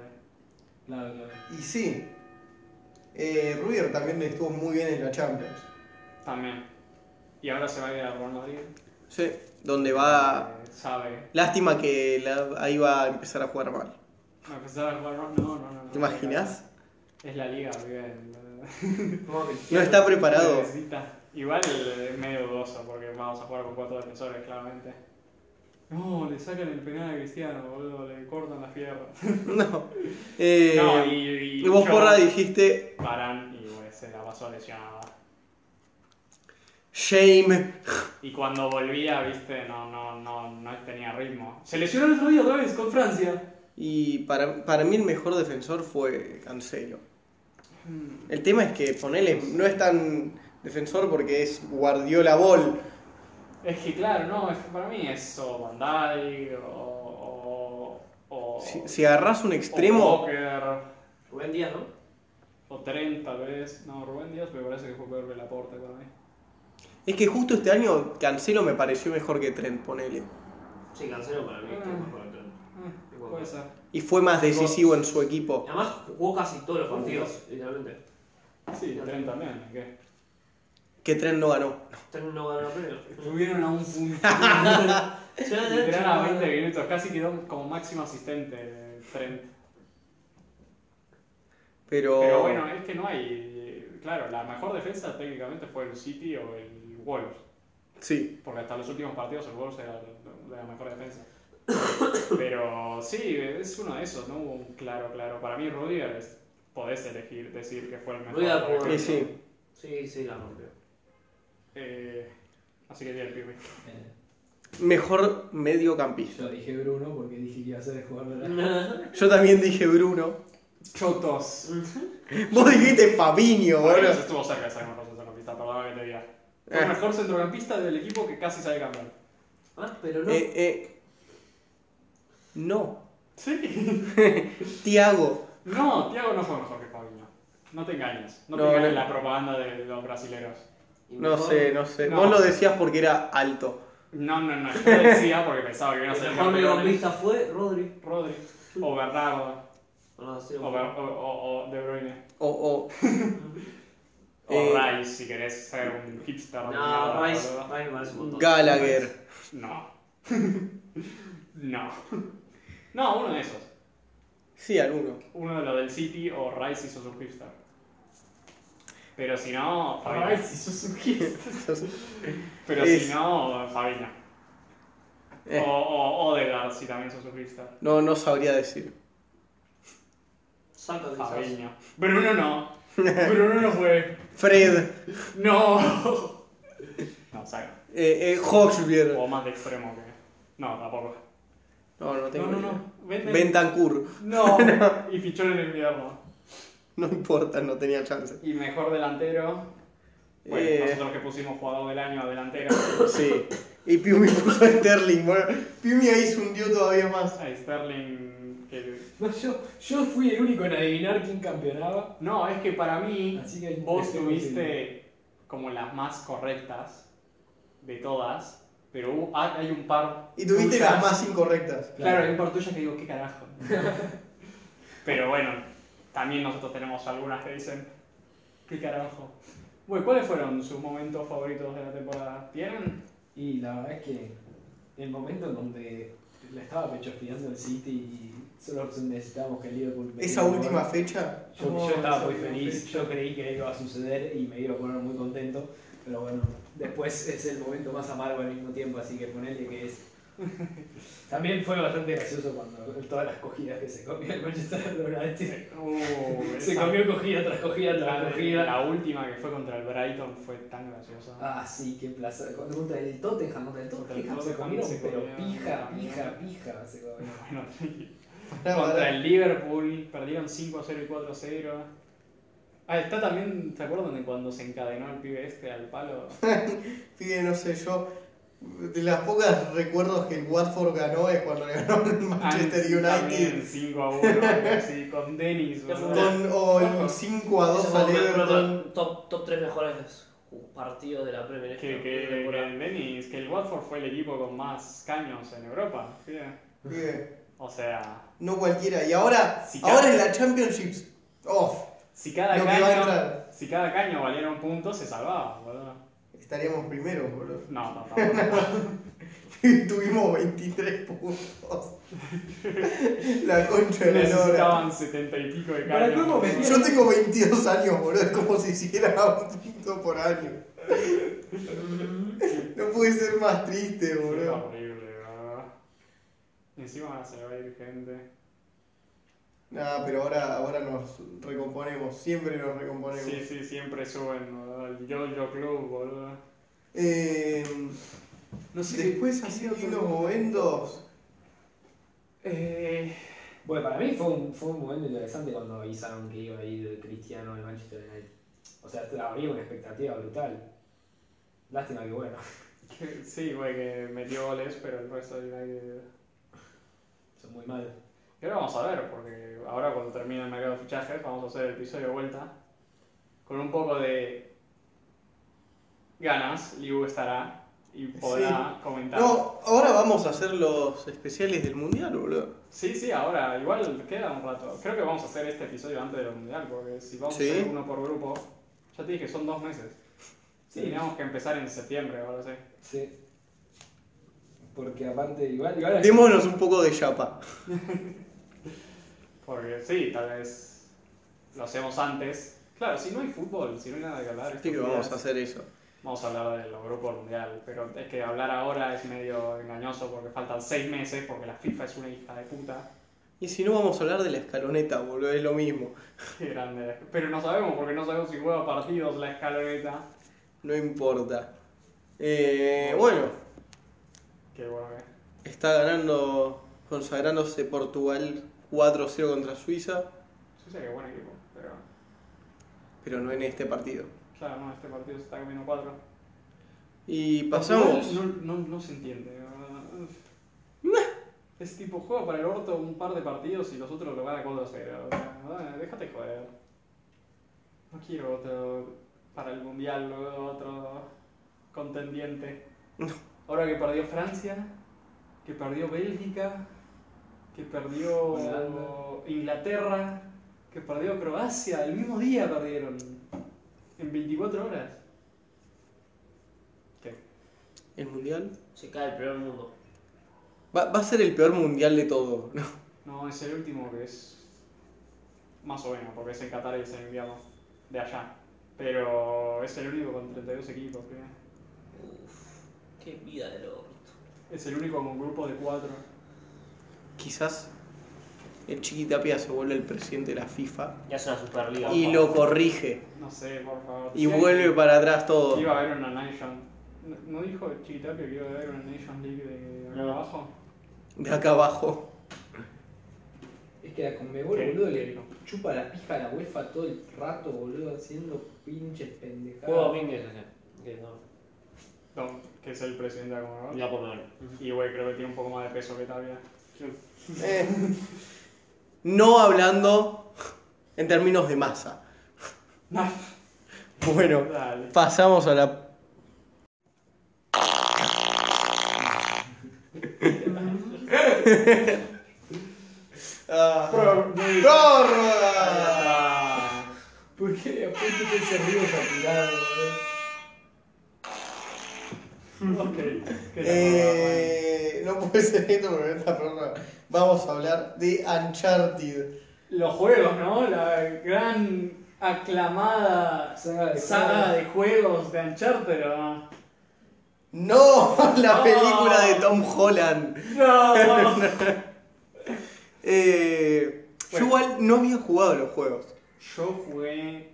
[SPEAKER 5] Claro, claro.
[SPEAKER 8] Y sí, eh, Rudiger también estuvo muy bien en la Champions.
[SPEAKER 2] También. Y ahora se va a ir a Real Madrid.
[SPEAKER 3] Sí, donde va.
[SPEAKER 2] Eh, sabe.
[SPEAKER 3] Lástima que la- ahí va a empezar a jugar mal.
[SPEAKER 2] No, empezar a jugar no, no, no, no.
[SPEAKER 3] ¿Te imaginas?
[SPEAKER 2] Es la liga, pibe. eh.
[SPEAKER 3] No está preparado.
[SPEAKER 2] Necesita. Igual eh, es medio dudoso porque vamos a jugar con cuatro defensores, claramente. No, le sacan el penal a Cristiano, boludo, le cortan las piernas.
[SPEAKER 3] No. Eh,
[SPEAKER 2] no, y,
[SPEAKER 3] y vos,
[SPEAKER 2] yo- pues,
[SPEAKER 3] porra, dijiste.
[SPEAKER 2] Paran y bueno, se la pasó lesionada.
[SPEAKER 3] shame.
[SPEAKER 2] Y cuando volvía, viste, no, no, no, no tenía ritmo. Se lesionó el otro día otra vez con Francia.
[SPEAKER 3] Y para, para mí el mejor defensor fue Cancelo. El tema es que ponele, no es tan defensor porque es Guardiola Ball.
[SPEAKER 2] Es que claro, no, es que para mí es o Van Dijk, o. o, o
[SPEAKER 3] Si, si agarras un
[SPEAKER 2] o
[SPEAKER 3] extremo,
[SPEAKER 2] Walker,
[SPEAKER 4] Rubén Díaz, ¿no?
[SPEAKER 2] o 30 tal vez. No, Rubén Díaz me parece que fue peor que Laporte para mí.
[SPEAKER 3] es que justo este año Cancelo me pareció mejor que Trent, ponele.
[SPEAKER 4] Sí, Cancelo para mí que es mejor que él.
[SPEAKER 2] Eh, puede ser.
[SPEAKER 3] Y fue más decisivo en su equipo.
[SPEAKER 4] Además, jugó casi todos los partidos, literalmente.
[SPEAKER 2] Sí, Trent también, ¿qué?
[SPEAKER 3] Que Trent no ganó.
[SPEAKER 4] Tren Este no ganó premio.
[SPEAKER 7] Estuvieron a un punto.
[SPEAKER 2] Literal a 20 minutos, casi quedó como máximo asistente eh, Trent.
[SPEAKER 3] Pero,
[SPEAKER 2] Pero bueno, es que no hay. eh, Claro, la mejor defensa técnicamente fue el City o el Wolves.
[SPEAKER 3] sí.
[SPEAKER 2] Porque hasta los últimos partidos el Wolves era la- la mejor defensa. Pero sí, es uno de esos, no hubo un claro, claro. Para mí, Rudiger es- podés elegir, decir que fue el mejor.
[SPEAKER 4] Rudiger por-
[SPEAKER 3] Y sí.
[SPEAKER 4] Sí, sí, la rompió.
[SPEAKER 2] Eh, así que tiene el pibe.
[SPEAKER 5] Eh,
[SPEAKER 3] Mejor mediocampista.
[SPEAKER 5] Yo dije Bruno porque dije que iba a ser el jugador de la.
[SPEAKER 3] Yo también dije Bruno.
[SPEAKER 2] Chotos.
[SPEAKER 3] Vos dijiste Fabinho,
[SPEAKER 2] Bueno, Eh.
[SPEAKER 3] boludo.
[SPEAKER 2] estuvo cerca de ser el mejor centrocampista, perdóname que te diga. Fue el mejor centrocampista del equipo que casi sale campeón.
[SPEAKER 4] Ah, pero no.
[SPEAKER 3] Eh, eh. No.
[SPEAKER 2] Sí.
[SPEAKER 3] Tiago.
[SPEAKER 2] No, Thiago no fue mejor que Fabinho. No te engañes. No,
[SPEAKER 3] No,
[SPEAKER 2] te engañes
[SPEAKER 3] no.
[SPEAKER 2] la propaganda de los brasileños.
[SPEAKER 4] ¿Y
[SPEAKER 3] No
[SPEAKER 4] mejor?
[SPEAKER 3] sé, no sé.
[SPEAKER 2] No.
[SPEAKER 3] Vos lo decías porque era alto.
[SPEAKER 2] No, no, no. Yo decía porque pensaba que iban a
[SPEAKER 4] El
[SPEAKER 2] ser
[SPEAKER 4] mejor
[SPEAKER 2] campeones.
[SPEAKER 4] mediocampista fue Rodri.
[SPEAKER 2] Rodri. O Bernardo.
[SPEAKER 4] No, sí,
[SPEAKER 2] O, Ber- o- o- o De Bruyne.
[SPEAKER 3] O, o-
[SPEAKER 2] O
[SPEAKER 3] Eh.
[SPEAKER 2] Rice, si querés ser un hipster.
[SPEAKER 4] No,
[SPEAKER 2] mierda,
[SPEAKER 4] Rice,
[SPEAKER 2] boludo.
[SPEAKER 4] Rice me parece un montón.
[SPEAKER 3] Gallagher.
[SPEAKER 2] No. no. No, uno de esos.
[SPEAKER 3] Sí, alguno.
[SPEAKER 2] Uno de los del City o Rice y sos un hipster. Pero si no, Fabinho.
[SPEAKER 7] si sos un hipster.
[SPEAKER 2] Pero
[SPEAKER 3] Es-
[SPEAKER 2] si no, Fabinho.
[SPEAKER 3] Eh.
[SPEAKER 2] O, o Odegaard, si también sos un hipster.
[SPEAKER 3] No, no sabría decir.
[SPEAKER 4] Saca de esas.
[SPEAKER 2] Fabinho. Bruno no. Bruno no fue.
[SPEAKER 3] Fred.
[SPEAKER 2] No. No, saca.
[SPEAKER 3] Eh, eh, Hochbier.
[SPEAKER 2] O más de extremo que. No, tampoco.
[SPEAKER 3] No, no tengo
[SPEAKER 2] No, no,
[SPEAKER 3] idea.
[SPEAKER 2] no. Venden.
[SPEAKER 3] Bentancur.
[SPEAKER 2] No. Y fichó en el invierno.
[SPEAKER 3] No importa, no tenía chance.
[SPEAKER 2] Y mejor delantero. Bueno,
[SPEAKER 3] Eh.
[SPEAKER 2] nosotros que pusimos jugador del año a delantero.
[SPEAKER 3] Sí. Y Piumi puso a Sterling, boludo. Piumi ahí se hundió todavía más.
[SPEAKER 2] A Sterling. que-
[SPEAKER 5] No, yo, yo fui el único en adivinar quién campeonaba.
[SPEAKER 2] No, es que para mí.
[SPEAKER 5] Así que
[SPEAKER 2] Vos
[SPEAKER 5] estoy
[SPEAKER 2] tuviste como las más correctas de todas, pero hubo- ah, hay un par.
[SPEAKER 3] Y tuviste
[SPEAKER 2] tuyas-
[SPEAKER 3] las más incorrectas.
[SPEAKER 2] Claro, hay un par tuyas que digo, ¿qué carajo? pero bueno, también nosotros tenemos algunas que dicen, ¿qué carajo? Bueno, ¿cuáles fueron sus momentos favoritos de la temporada? ¿Tienen?
[SPEAKER 5] Y la verdad es que el momento en donde la estaba pechofriando el City y solo necesitábamos que el Liverpool metiera
[SPEAKER 3] Esa
[SPEAKER 5] un gol,
[SPEAKER 3] última fecha.
[SPEAKER 5] Yo, yo estaba muy feliz, yo creí que iba a suceder y me iba a poner muy contento, pero bueno, después es el momento más amargo al mismo tiempo, así que ponerle que es. También fue bastante gracioso cuando todas las cogidas que se comió el Manchester United.
[SPEAKER 2] Uh,
[SPEAKER 5] Se
[SPEAKER 2] esa-
[SPEAKER 5] comió cogida tras cogida
[SPEAKER 2] la,
[SPEAKER 5] tras
[SPEAKER 2] de-
[SPEAKER 5] cogida.
[SPEAKER 2] la última que fue contra el Brighton fue tan graciosa.
[SPEAKER 5] Ah, sí, qué plaza. Cuando contra el Tottenham, contra el
[SPEAKER 2] Contra el
[SPEAKER 5] Tottenham se
[SPEAKER 2] Tottenham
[SPEAKER 5] comieron,
[SPEAKER 2] se
[SPEAKER 5] pero
[SPEAKER 2] comieron,
[SPEAKER 5] pija,
[SPEAKER 2] también.
[SPEAKER 5] pija, pija se comieron.
[SPEAKER 2] Bueno,
[SPEAKER 3] Pará,
[SPEAKER 2] Contra
[SPEAKER 3] pará.
[SPEAKER 2] el Liverpool, perdieron 5-0 y 4-0. Ah, está también, ¿se acuerdan de cuando se encadenó el pibe este al palo?
[SPEAKER 3] Pibe, no sé, yo. De las pocas recuerdos que el Watford ganó es cuando le ganó el
[SPEAKER 2] Ah,
[SPEAKER 3] Manchester United.
[SPEAKER 2] 5 a 1, algo así, con Dennis. boludo.
[SPEAKER 3] Con, o el 5 a 2 al Everton.
[SPEAKER 4] Top, top 3 mejores partidos de la Premier
[SPEAKER 2] Que,
[SPEAKER 4] esta
[SPEAKER 2] que, que
[SPEAKER 4] temporada.
[SPEAKER 2] el Dennis, que el Watford fue el equipo con más caños en Europa. pibe.
[SPEAKER 3] Pibe,
[SPEAKER 2] O sea,
[SPEAKER 3] No cualquiera. Y ahora,
[SPEAKER 2] Si
[SPEAKER 3] ahora
[SPEAKER 2] cae.
[SPEAKER 3] en la Championships. Off.
[SPEAKER 2] si cada,
[SPEAKER 3] Lo que va a
[SPEAKER 2] caño,
[SPEAKER 3] entrar.
[SPEAKER 2] si cada caño valiera un punto, se salvaba, boludo.
[SPEAKER 3] Estaríamos primero, boludo.
[SPEAKER 2] No, tampoco.
[SPEAKER 3] Tuvimos 23 puntos. la concha de la lora.
[SPEAKER 2] Necesitaban 70 y pico de
[SPEAKER 5] Para
[SPEAKER 2] caños.
[SPEAKER 5] cómo
[SPEAKER 2] boludo.
[SPEAKER 5] metían-
[SPEAKER 3] Yo tengo 22 años, boludo. Es como si hiciera un punto por año. Mm. No puede ser más triste,
[SPEAKER 2] Fue
[SPEAKER 3] boludo.
[SPEAKER 2] horrible, ¿verdad? Y encima van a se va a ir gente.
[SPEAKER 3] Nah, pero ahora, ahora nos recomponemos. Siempre nos recomponemos.
[SPEAKER 2] Sí, sí, siempre suben, ¿verdad? El Yo-Yo Club, boludo.
[SPEAKER 8] Eh,
[SPEAKER 7] No sé
[SPEAKER 8] después
[SPEAKER 7] qué-
[SPEAKER 8] así
[SPEAKER 7] qué otro-
[SPEAKER 8] unos momentos.
[SPEAKER 5] Eh, bueno, para mí fue un, fue un momento interesante cuando avisaron que iba a ir Cristiano al Manchester United. O sea, había una expectativa brutal. Lástima que bueno.
[SPEAKER 2] Que- Sí, güey, que metió goles, pero el resto del United.
[SPEAKER 5] Son muy malos.
[SPEAKER 2] Y ahora vamos a ver, porque ahora cuando termine el mercado de fichajes, vamos a hacer el episodio de vuelta. Con un poco de ganas, Liu estará y podrá comentar.
[SPEAKER 3] No, ahora vamos a hacer los especiales del mundial, boludo.
[SPEAKER 2] Sí, sí, ahora, igual queda un rato. Creo que vamos a hacer este episodio antes del mundial, porque si vamos
[SPEAKER 3] Sí.
[SPEAKER 2] a hacer uno por grupo, ya te dije, son dos meses. Sí, tenemos que empezar en septiembre, ahora sí.
[SPEAKER 5] Sí. Porque aparte, igual. igual
[SPEAKER 3] Démonos un poco de chapa.
[SPEAKER 2] Porque sí, tal vez lo hacemos antes. Claro, si no hay fútbol, si no hay nada que hablar,
[SPEAKER 3] Así que
[SPEAKER 2] estos
[SPEAKER 3] vamos
[SPEAKER 2] días,
[SPEAKER 3] a hacer eso.
[SPEAKER 2] vamos a hablar de los grupos mundial. Pero es que hablar ahora es medio engañoso porque faltan seis meses, porque la FIFA es una hija de puta.
[SPEAKER 3] Y si no, vamos a hablar de la escaloneta, boludo, es lo mismo.
[SPEAKER 2] Qué grande. Pero no sabemos, porque no sabemos si juega partidos la escaloneta.
[SPEAKER 3] No importa. Eh, bueno,
[SPEAKER 2] Qué bueno eh. que.
[SPEAKER 3] está ganando, consagrándose Portugal 4-0 contra Suiza,
[SPEAKER 2] Sí, sé que buen equipo, pero.
[SPEAKER 3] pero no en este partido.
[SPEAKER 2] Claro, no, este partido se está comiendo cuatro.
[SPEAKER 3] Y pasamos.
[SPEAKER 2] No, no, no se entiende. ¿no? Uf. Es tipo, juega para el orto un par de partidos y los otros lo van a 4 0. déjate joder. No quiero otro para el mundial, luego otro contendiente. Ahora que perdió Francia, que perdió Bélgica, que perdió
[SPEAKER 5] Holanda.
[SPEAKER 2] Inglaterra, que perdió Croacia, el mismo día perdieron. En 24 horas. ¿Qué?
[SPEAKER 3] El mundial.
[SPEAKER 4] Se cae el primer mundo.
[SPEAKER 3] Va, va a ser el peor mundial de todo. ¿no?
[SPEAKER 2] No, es el último que es. Más o menos, porque es en Qatar y es en invierno. De allá. Pero es el único con 32 equipos, creo.
[SPEAKER 4] Uf, qué vida de loco.
[SPEAKER 2] Es el único con grupo de cuatro.
[SPEAKER 3] Quizás el Chiquitapia se vuelve el presidente de la FIFA
[SPEAKER 4] Ya es una superliga.
[SPEAKER 3] y lo corrige
[SPEAKER 2] No sé, por favor.
[SPEAKER 3] y vuelve para atrás todo.
[SPEAKER 2] Iba a haber una Nation. ¿No- ¿No dijo Chiquitapio que iba a haber una Nation League de acá
[SPEAKER 4] No.
[SPEAKER 2] abajo?
[SPEAKER 3] De acá abajo.
[SPEAKER 5] Es que la Conmebol,
[SPEAKER 2] ¿Qué?
[SPEAKER 5] boludo, le chupa la pija a la UEFA todo el rato, boludo, haciendo pinches pendejadas.
[SPEAKER 4] Juego Domínguez ese. Que no.
[SPEAKER 2] No, que es el presidente de la Conmebol.
[SPEAKER 4] La Conmebol.
[SPEAKER 2] Y güey, creo que tiene un poco más de peso que Tapia.
[SPEAKER 3] Eh, no hablando en términos de masa. Bueno,
[SPEAKER 2] Dale.
[SPEAKER 3] pasamos a la Ah. Prórroga.
[SPEAKER 5] ¿Por qué le apuntaste ese río saturado, boludo?
[SPEAKER 2] Ok. ¿Qué tal?
[SPEAKER 3] Eh, no puede ser esto porque esta prórroga. Vamos a hablar de Uncharted.
[SPEAKER 2] Los juegos, ¿no? La gran aclamada
[SPEAKER 5] Saga de
[SPEAKER 2] saga
[SPEAKER 5] juegos.
[SPEAKER 2] de juegos de Uncharted, ¿o ¿no?
[SPEAKER 3] No, la
[SPEAKER 2] No.
[SPEAKER 3] película de Tom Holland.
[SPEAKER 2] No,
[SPEAKER 3] Eh,
[SPEAKER 2] Bueno.
[SPEAKER 3] Yo igual no había jugado los juegos.
[SPEAKER 2] Yo jugué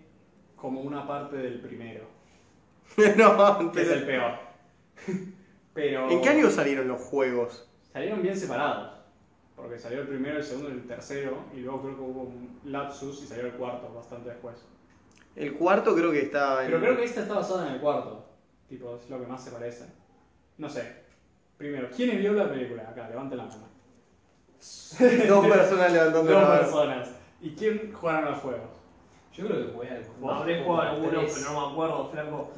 [SPEAKER 2] como una parte del primero,
[SPEAKER 3] no,
[SPEAKER 2] que es el
[SPEAKER 3] pero...
[SPEAKER 2] peor. Pero
[SPEAKER 3] ¿En qué año salieron los juegos?
[SPEAKER 2] salieron bien separados, porque salió el primero, el segundo, el tercero, y luego creo que hubo un lapsus y salió el cuarto bastante después.
[SPEAKER 3] El cuarto creo que está en...
[SPEAKER 2] Pero creo que esta está basada en el cuarto. Tipo, es lo que más se parece. No sé. Primero, ¿quién vio la película? Acá, levanten la mano.
[SPEAKER 3] Dos personas levantando la
[SPEAKER 2] Dos
[SPEAKER 3] mano.
[SPEAKER 2] personas. ¿Y quién jugaron los juegos?
[SPEAKER 5] Yo creo que jugué al
[SPEAKER 2] Vos
[SPEAKER 4] Habré jugado alguno, pero no me acuerdo, flaco.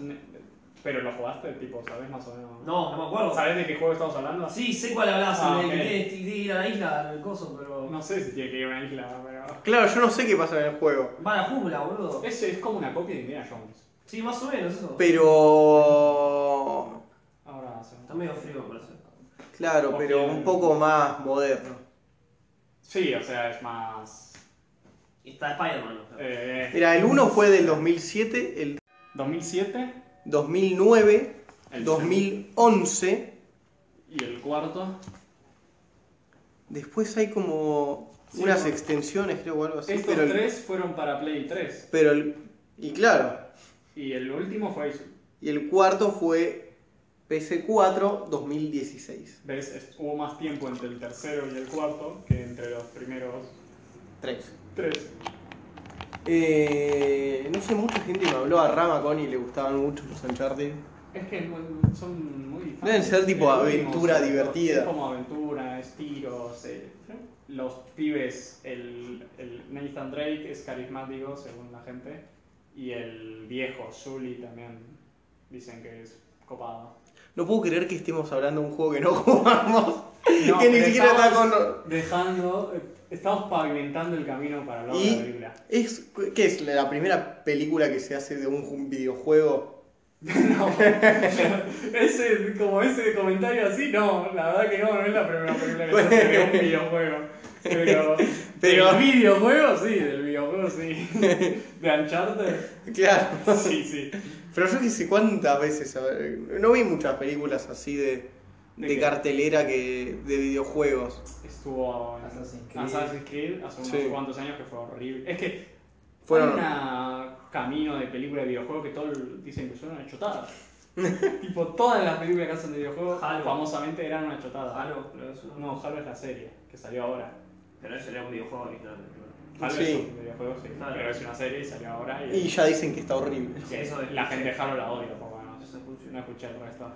[SPEAKER 2] Pero lo jugaste, tipo, ¿sabes más o menos?
[SPEAKER 4] No, no me acuerdo.
[SPEAKER 2] ¿Sabes de qué juego estamos hablando?
[SPEAKER 4] Sí, sé cuál hablás,
[SPEAKER 2] Ah,
[SPEAKER 4] el
[SPEAKER 2] ok.
[SPEAKER 4] de que tiene que ir a la isla, el coso, pero.
[SPEAKER 2] No sé si tiene que ir a una isla, pero.
[SPEAKER 3] Claro, yo no sé qué pasa en el juego.
[SPEAKER 4] Va a la jungla, boludo.
[SPEAKER 2] Ese es como una copia de Indiana Jones.
[SPEAKER 4] Sí, más o menos eso.
[SPEAKER 3] Pero...
[SPEAKER 2] Ahora hacemos.
[SPEAKER 4] Está medio frío, me parece.
[SPEAKER 3] Claro,
[SPEAKER 2] Ok.
[SPEAKER 3] pero un poco más moderno.
[SPEAKER 2] Sí, o sea, es más.
[SPEAKER 4] Y está Spider-Man. ¿no?
[SPEAKER 2] Eh,
[SPEAKER 3] Mira, el 1 fue del 2007, el
[SPEAKER 2] 2007.
[SPEAKER 3] 2009,
[SPEAKER 2] El
[SPEAKER 3] 2011.
[SPEAKER 2] Y el cuarto.
[SPEAKER 3] Después hay como
[SPEAKER 2] Sí,
[SPEAKER 3] unas
[SPEAKER 2] ¿no?
[SPEAKER 3] extensiones, creo, o algo así.
[SPEAKER 2] Estos
[SPEAKER 3] pero el-
[SPEAKER 2] tres fueron para Play 3.
[SPEAKER 3] pero el- y claro,
[SPEAKER 2] Y el último fue.
[SPEAKER 3] y el cuarto fue PS4 2016.
[SPEAKER 2] ¿Ves? Es- Hubo más tiempo entre el tercero y el cuarto que entre los primeros
[SPEAKER 3] 3.
[SPEAKER 2] tres.
[SPEAKER 3] Eh, no sé, mucha gente me habló a Ramacon y le gustaban mucho los Uncharted.
[SPEAKER 2] Es que bueno, son muy fáciles.
[SPEAKER 3] Deben ser tipo
[SPEAKER 2] Eh,
[SPEAKER 3] aventura
[SPEAKER 2] son-
[SPEAKER 3] divertida.
[SPEAKER 2] Es como aventura, es tiros. eh, Los pibes, el, el Nathan Drake es carismático según la gente. Y el viejo Sully también dicen que es copado.
[SPEAKER 3] No puedo creer que estemos hablando de un juego que no jugamos.
[SPEAKER 2] No,
[SPEAKER 3] que ni
[SPEAKER 2] pero
[SPEAKER 3] siquiera está
[SPEAKER 2] estamos-
[SPEAKER 3] con.
[SPEAKER 2] Dejando, eh, estamos pavimentando el camino para hablar de
[SPEAKER 3] Y-
[SPEAKER 2] la película.
[SPEAKER 3] ¿Es, ¿Qué es? ¿La primera película que se hace de un ju- videojuego?
[SPEAKER 2] No, ese, como ese comentario así, no, la verdad que no, no es la primera película que se hace de un videojuego. Pero,
[SPEAKER 3] Pero-
[SPEAKER 2] del videojuego sí, del videojuego sí. De Uncharted,
[SPEAKER 3] Claro.
[SPEAKER 2] sí, sí.
[SPEAKER 3] Pero yo que sé cuántas veces. a ver, no vi muchas películas así de,
[SPEAKER 2] ¿De
[SPEAKER 3] de
[SPEAKER 2] qué?
[SPEAKER 3] cartelera que de videojuegos.
[SPEAKER 2] Estuvo en
[SPEAKER 5] Assassin's Creed.
[SPEAKER 2] Assassin's Creed hace unos
[SPEAKER 3] Sí.
[SPEAKER 2] cuantos años que fue horrible. Es que
[SPEAKER 3] Fueron-
[SPEAKER 2] hay una camino de película de videojuego que todos dicen que son una chotada. tipo, todas las películas que hacen de videojuegos
[SPEAKER 5] Halo.
[SPEAKER 2] famosamente eran una chotada.
[SPEAKER 5] Halo, pero es un-
[SPEAKER 2] No, Halo es la serie que salió ahora.
[SPEAKER 5] Pero eso era un videojuego originalmente. bueno.
[SPEAKER 2] Halo
[SPEAKER 3] Sí.
[SPEAKER 2] es un videojuego, sí.
[SPEAKER 5] Claro.
[SPEAKER 2] Pero es una serie y salió ahora. Y,
[SPEAKER 3] Y ya dicen que está horrible.
[SPEAKER 2] y
[SPEAKER 5] Eso es-
[SPEAKER 2] la gente de Halo la odia, por lo menos.
[SPEAKER 5] Eso funciona.
[SPEAKER 2] No escuché el resto.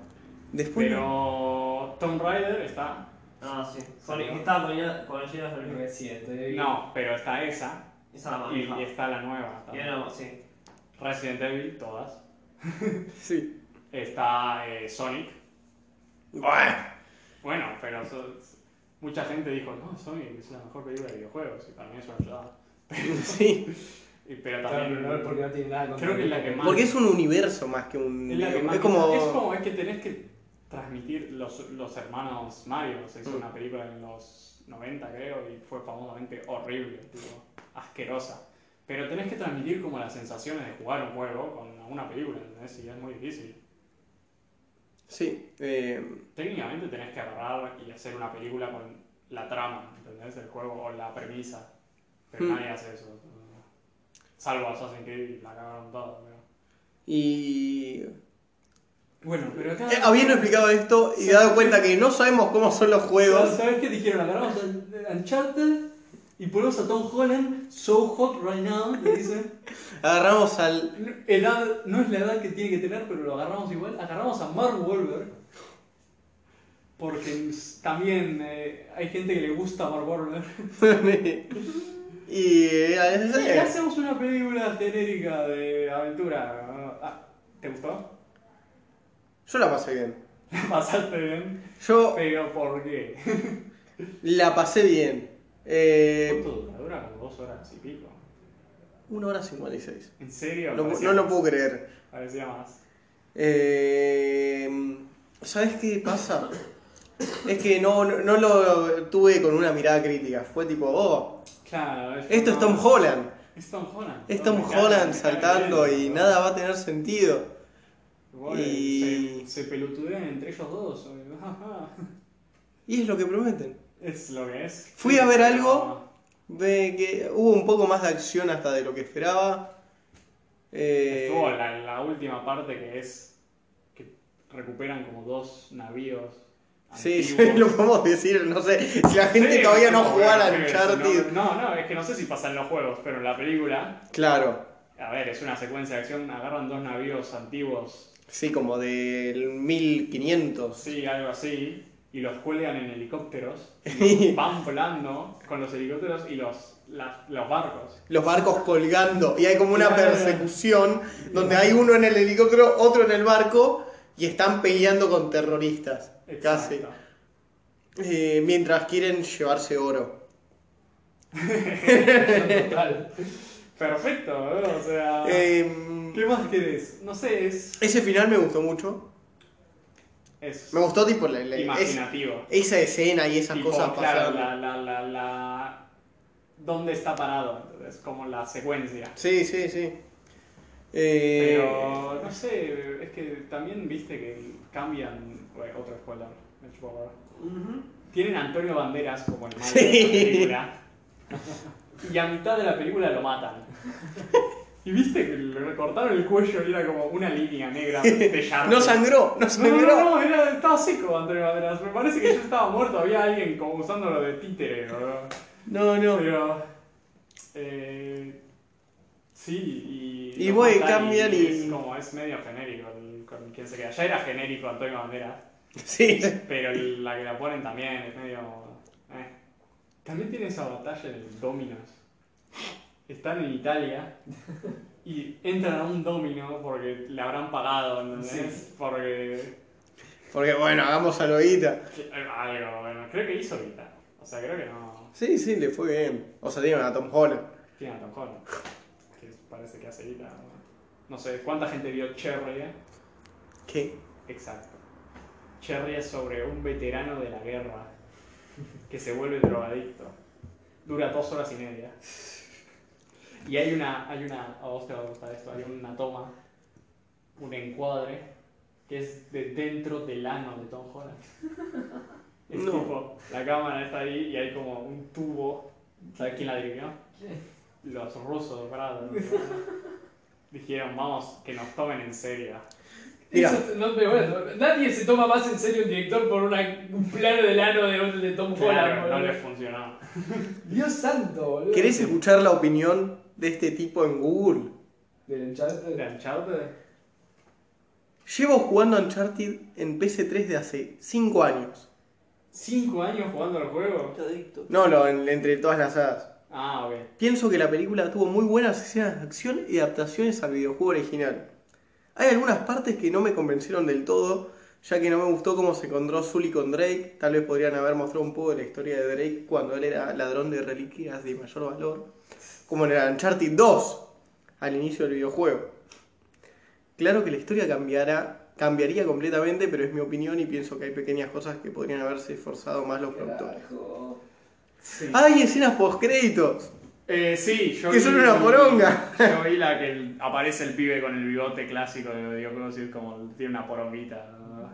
[SPEAKER 3] Después.
[SPEAKER 2] Pero Tomb Raider está.
[SPEAKER 5] Ah, sí. Con,
[SPEAKER 2] Salió.
[SPEAKER 5] estaba con, Ina- con Angelina Jolie.
[SPEAKER 1] Residente.
[SPEAKER 2] No, pero está esa
[SPEAKER 5] Esa la
[SPEAKER 2] y, este.
[SPEAKER 5] manija.
[SPEAKER 2] y está la nueva.
[SPEAKER 5] Y
[SPEAKER 2] también.
[SPEAKER 5] era, sí.
[SPEAKER 2] Resident Evil, todas.
[SPEAKER 3] Sí.
[SPEAKER 2] Está eh, Sonic.
[SPEAKER 3] Bueno.
[SPEAKER 2] Ah. Bueno, pero so- mucha gente dijo, no, Sonic es la mejor película de videojuegos. Y también es una chotada.
[SPEAKER 3] Sí.
[SPEAKER 2] Y- Pero
[SPEAKER 1] Claro,
[SPEAKER 2] también.
[SPEAKER 1] pero no es porque no tiene nada contra
[SPEAKER 2] Creo que es la
[SPEAKER 1] mí.
[SPEAKER 2] que más.
[SPEAKER 3] Porque es un universo más que un.
[SPEAKER 2] Es, la que
[SPEAKER 3] videojuego.
[SPEAKER 2] más-
[SPEAKER 3] es como.
[SPEAKER 2] es como es que tenés que transmitir los, los hermanos Mario. Se hizo una película en los 90, creo, y fue famosamente horrible, tipo, asquerosa. Pero tenés que transmitir como las sensaciones de jugar un juego con una película, ¿entendés? Y es muy difícil.
[SPEAKER 3] Sí. eh,
[SPEAKER 2] Técnicamente tenés que agarrar y hacer una película con la trama, ¿entendés? Del juego o la premisa. Pero
[SPEAKER 3] Hmm.
[SPEAKER 2] nadie hace eso. Salvo Assassin's Creed y la cagaron todo, pero...
[SPEAKER 3] y.
[SPEAKER 7] Bueno, pero acá.
[SPEAKER 3] Eh, habiendo explicado esto y dado cuenta que no sabemos cómo son los
[SPEAKER 7] ¿Sabes-
[SPEAKER 3] juegos.
[SPEAKER 7] ¿Sabes qué dijeron? Agarramos a Uncharted y ponemos a Tom Holland, so hot right now, le dicen.
[SPEAKER 3] Agarramos al.
[SPEAKER 7] Edad, no es la edad que tiene que tener, pero lo agarramos igual. Agarramos a Mark Wahlberg. Porque también eh, hay gente que le gusta a Mark Wahlberg.
[SPEAKER 3] y. eh,
[SPEAKER 2] Y hacemos una película genérica de aventura. Ah, ¿Te gustó?
[SPEAKER 3] Yo la pasé bien.
[SPEAKER 2] Pasaste bien,
[SPEAKER 3] Yo
[SPEAKER 2] pero ¿por qué?
[SPEAKER 3] la pasé bien. Eh,
[SPEAKER 2] ¿Cuánto dura? Dura como dos horas y pico.
[SPEAKER 3] 1 hora 56.
[SPEAKER 2] ¿En serio?
[SPEAKER 3] No,
[SPEAKER 2] Parecía
[SPEAKER 3] no lo
[SPEAKER 2] más.
[SPEAKER 3] puedo creer.
[SPEAKER 2] Parecía más.
[SPEAKER 3] Eh, ¿Sabes qué pasa? Es que no, no, no lo tuve con una mirada crítica. Fue tipo, oh,
[SPEAKER 2] Claro,
[SPEAKER 3] esto es Tom Holland.
[SPEAKER 2] Es Tom Holland.
[SPEAKER 3] Es Tom
[SPEAKER 2] Me cae-
[SPEAKER 3] Holland
[SPEAKER 2] me cae
[SPEAKER 3] saltando
[SPEAKER 2] bien,
[SPEAKER 3] y
[SPEAKER 2] ¿no?
[SPEAKER 3] nada va a tener sentido.
[SPEAKER 2] Igual
[SPEAKER 3] y-
[SPEAKER 2] Se, se pelotudean entre ellos dos. ajá.
[SPEAKER 3] Y es lo que prometen.
[SPEAKER 2] Es lo que es.
[SPEAKER 3] Fui a ver algo. Ve que hubo un poco más de acción hasta de lo que esperaba. Eh,
[SPEAKER 2] Estuvo la, la última parte que es que recuperan como dos navíos.
[SPEAKER 3] Sí,
[SPEAKER 2] antiguos.
[SPEAKER 3] lo podemos decir, no sé, si la gente
[SPEAKER 2] Sí,
[SPEAKER 3] todavía no
[SPEAKER 2] sí,
[SPEAKER 3] jugara a
[SPEAKER 2] sí,
[SPEAKER 3] Uncharted.
[SPEAKER 2] No, no, no, es que no sé si pasa en los juegos, pero en la película,
[SPEAKER 3] Claro,
[SPEAKER 2] a ver, es una secuencia de acción, agarran dos navíos antiguos,
[SPEAKER 3] sí, como del 1500.
[SPEAKER 2] sí, algo así, y los cuelgan en helicópteros, y los van volando con los helicópteros y los, las- los barcos.
[SPEAKER 3] Los barcos colgando y hay como una
[SPEAKER 2] Claro.
[SPEAKER 3] persecución donde hay uno en el helicóptero, otro en el barco y están peleando con terroristas, casi.
[SPEAKER 2] Exacto.
[SPEAKER 3] Eh, mientras quieren llevarse oro.
[SPEAKER 5] Total.
[SPEAKER 2] Perfecto, bro, o sea...
[SPEAKER 3] Eh,
[SPEAKER 2] ¿Qué más querés? No sé, es...
[SPEAKER 3] ese final me gustó mucho.
[SPEAKER 2] es
[SPEAKER 3] Me gustó tipo la- la- es-
[SPEAKER 2] imaginativo.
[SPEAKER 3] esa escena y esas
[SPEAKER 2] Tipo,
[SPEAKER 3] cosas
[SPEAKER 2] claro,
[SPEAKER 3] pasaron.
[SPEAKER 2] la, la, la, la... ¿Dónde está parado? Es como la secuencia.
[SPEAKER 3] Sí, sí, sí. Eh,
[SPEAKER 2] Pero no sé, es que también viste que cambian bueno, otro spoiler, me chupa huevo. Tienen a Antonio Banderas como el malo de la película. Y a mitad de la película lo matan. Y viste que le recortaron el cuello y era como una línea negra de yarda.
[SPEAKER 3] No sangró, no
[SPEAKER 2] No, no,
[SPEAKER 3] sangró.
[SPEAKER 2] no, no, era, estaba seco Antonio Banderas. Me parece que yo estaba muerto, había alguien como usándolo de títere, ¿no?
[SPEAKER 3] No, no.
[SPEAKER 2] Pero. Eh, sí, y.
[SPEAKER 3] Y
[SPEAKER 2] lo
[SPEAKER 3] voy,
[SPEAKER 2] cortan
[SPEAKER 3] cambian y-
[SPEAKER 2] Es como, es medio genérico el- con quien se queda. Ya era genérico Antonio Banderas,
[SPEAKER 3] Sí.
[SPEAKER 2] pero el- la que la ponen también es medio. eh. También tiene esa batalla del Dominos. Están en Italia y entran a un domino porque le habrán pagado, ¿entendés? Porque.
[SPEAKER 3] Porque bueno, hagamos saludita.
[SPEAKER 2] que- Algo, bueno, creo que hizo guitarra. O sea, creo que no.
[SPEAKER 3] Sí, sí, le fue bien. O sea, tiene a Tom Holland.
[SPEAKER 2] Tiene a Tom Holland, que parece que hace guita. No No sé, ¿cuánta gente vio Cherry?
[SPEAKER 3] ¿Qué?
[SPEAKER 2] Exacto. Cherry es sobre un veterano de la guerra que se vuelve drogadicto. Dura dos horas y media. Y hay una, hay una, a vos te va a gustar esto, hay una toma, un encuadre, que es de dentro del ano de Tom Holland. Es
[SPEAKER 3] No.
[SPEAKER 2] tipo, la cámara está ahí y hay como un tubo. ¿Sabes quién la dirigió? Los rusos, ¿verdad? Dijeron, vamos, que nos tomen en serio.
[SPEAKER 3] Mira.
[SPEAKER 5] Eso no me voy a tomar- Nadie se toma más en serio un director por una- un plano del ano de, de Tom Holland.
[SPEAKER 2] Claro, no
[SPEAKER 5] boludo.
[SPEAKER 2] les funcionó.
[SPEAKER 1] Dios santo, boludo.
[SPEAKER 3] ¿Querés escuchar la opinión de este tipo en Google?
[SPEAKER 1] Del Uncharted.
[SPEAKER 2] ¿De Uncharted?
[SPEAKER 3] Llevo jugando Uncharted en PC3 de hace 5 años.
[SPEAKER 2] ¿Cinco años jugando al juego?
[SPEAKER 3] No, no, en- entre todas las hadas.
[SPEAKER 2] Ah, ok.
[SPEAKER 3] Pienso que la película tuvo muy buenas escenas de acción y adaptaciones al videojuego original. Hay algunas partes que no me convencieron del todo, ya que no me gustó cómo se encontró Sully con Drake. Tal vez podrían haber mostrado un poco de la historia de Drake cuando él era ladrón de reliquias de mayor valor, como en el Uncharted 2, al inicio del videojuego. Claro que la historia cambiará, cambiaría completamente, pero es mi opinión y pienso que hay pequeñas cosas que podrían haberse esforzado más los productores.
[SPEAKER 2] Sí.
[SPEAKER 3] ¡Hay escenas postcréditos!
[SPEAKER 2] Eh, sí, yo
[SPEAKER 3] Que
[SPEAKER 2] vi-
[SPEAKER 3] son una poronga.
[SPEAKER 2] Yo vi la que el- aparece el pibe con el bigote clásico de los videojuegos y es como tiene una poronguita. ¿no?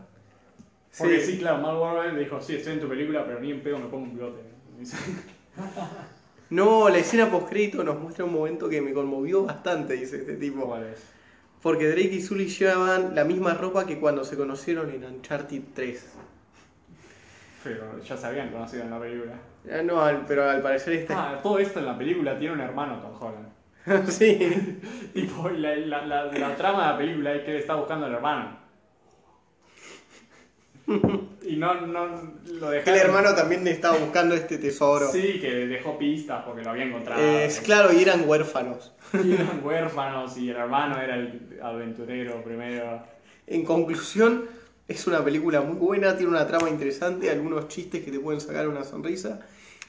[SPEAKER 2] Porque sí, claro, Mark Wahlberg dijo, sí, estoy en tu película, pero ni en pedo me pongo un bigote.
[SPEAKER 3] No, la escena postcrédito nos muestra un momento que me conmovió bastante, dice este tipo.
[SPEAKER 2] ¿Cuál es?
[SPEAKER 3] Porque Drake y Sully llevaban la misma ropa que cuando se conocieron en Uncharted 3.
[SPEAKER 2] Pero ya se habían conocido en la película.
[SPEAKER 3] Ah, No, al- pero al parecer está.
[SPEAKER 2] Ah, todo esto en la película tiene un hermano Tom Holland.
[SPEAKER 3] sí.
[SPEAKER 2] Tipo, y la, la, la, la trama de la película es que él está buscando al hermano. Y no, no lo
[SPEAKER 3] El
[SPEAKER 2] dejaron.
[SPEAKER 3] hermano también estaba buscando este tesoro.
[SPEAKER 2] Sí, que dejó pistas porque lo había encontrado.
[SPEAKER 3] Es claro, y eran huérfanos.
[SPEAKER 2] Y eran huérfanos y el hermano era el aventurero primero.
[SPEAKER 3] En conclusión, es una película muy buena, tiene una trama interesante, algunos chistes que te pueden sacar una sonrisa,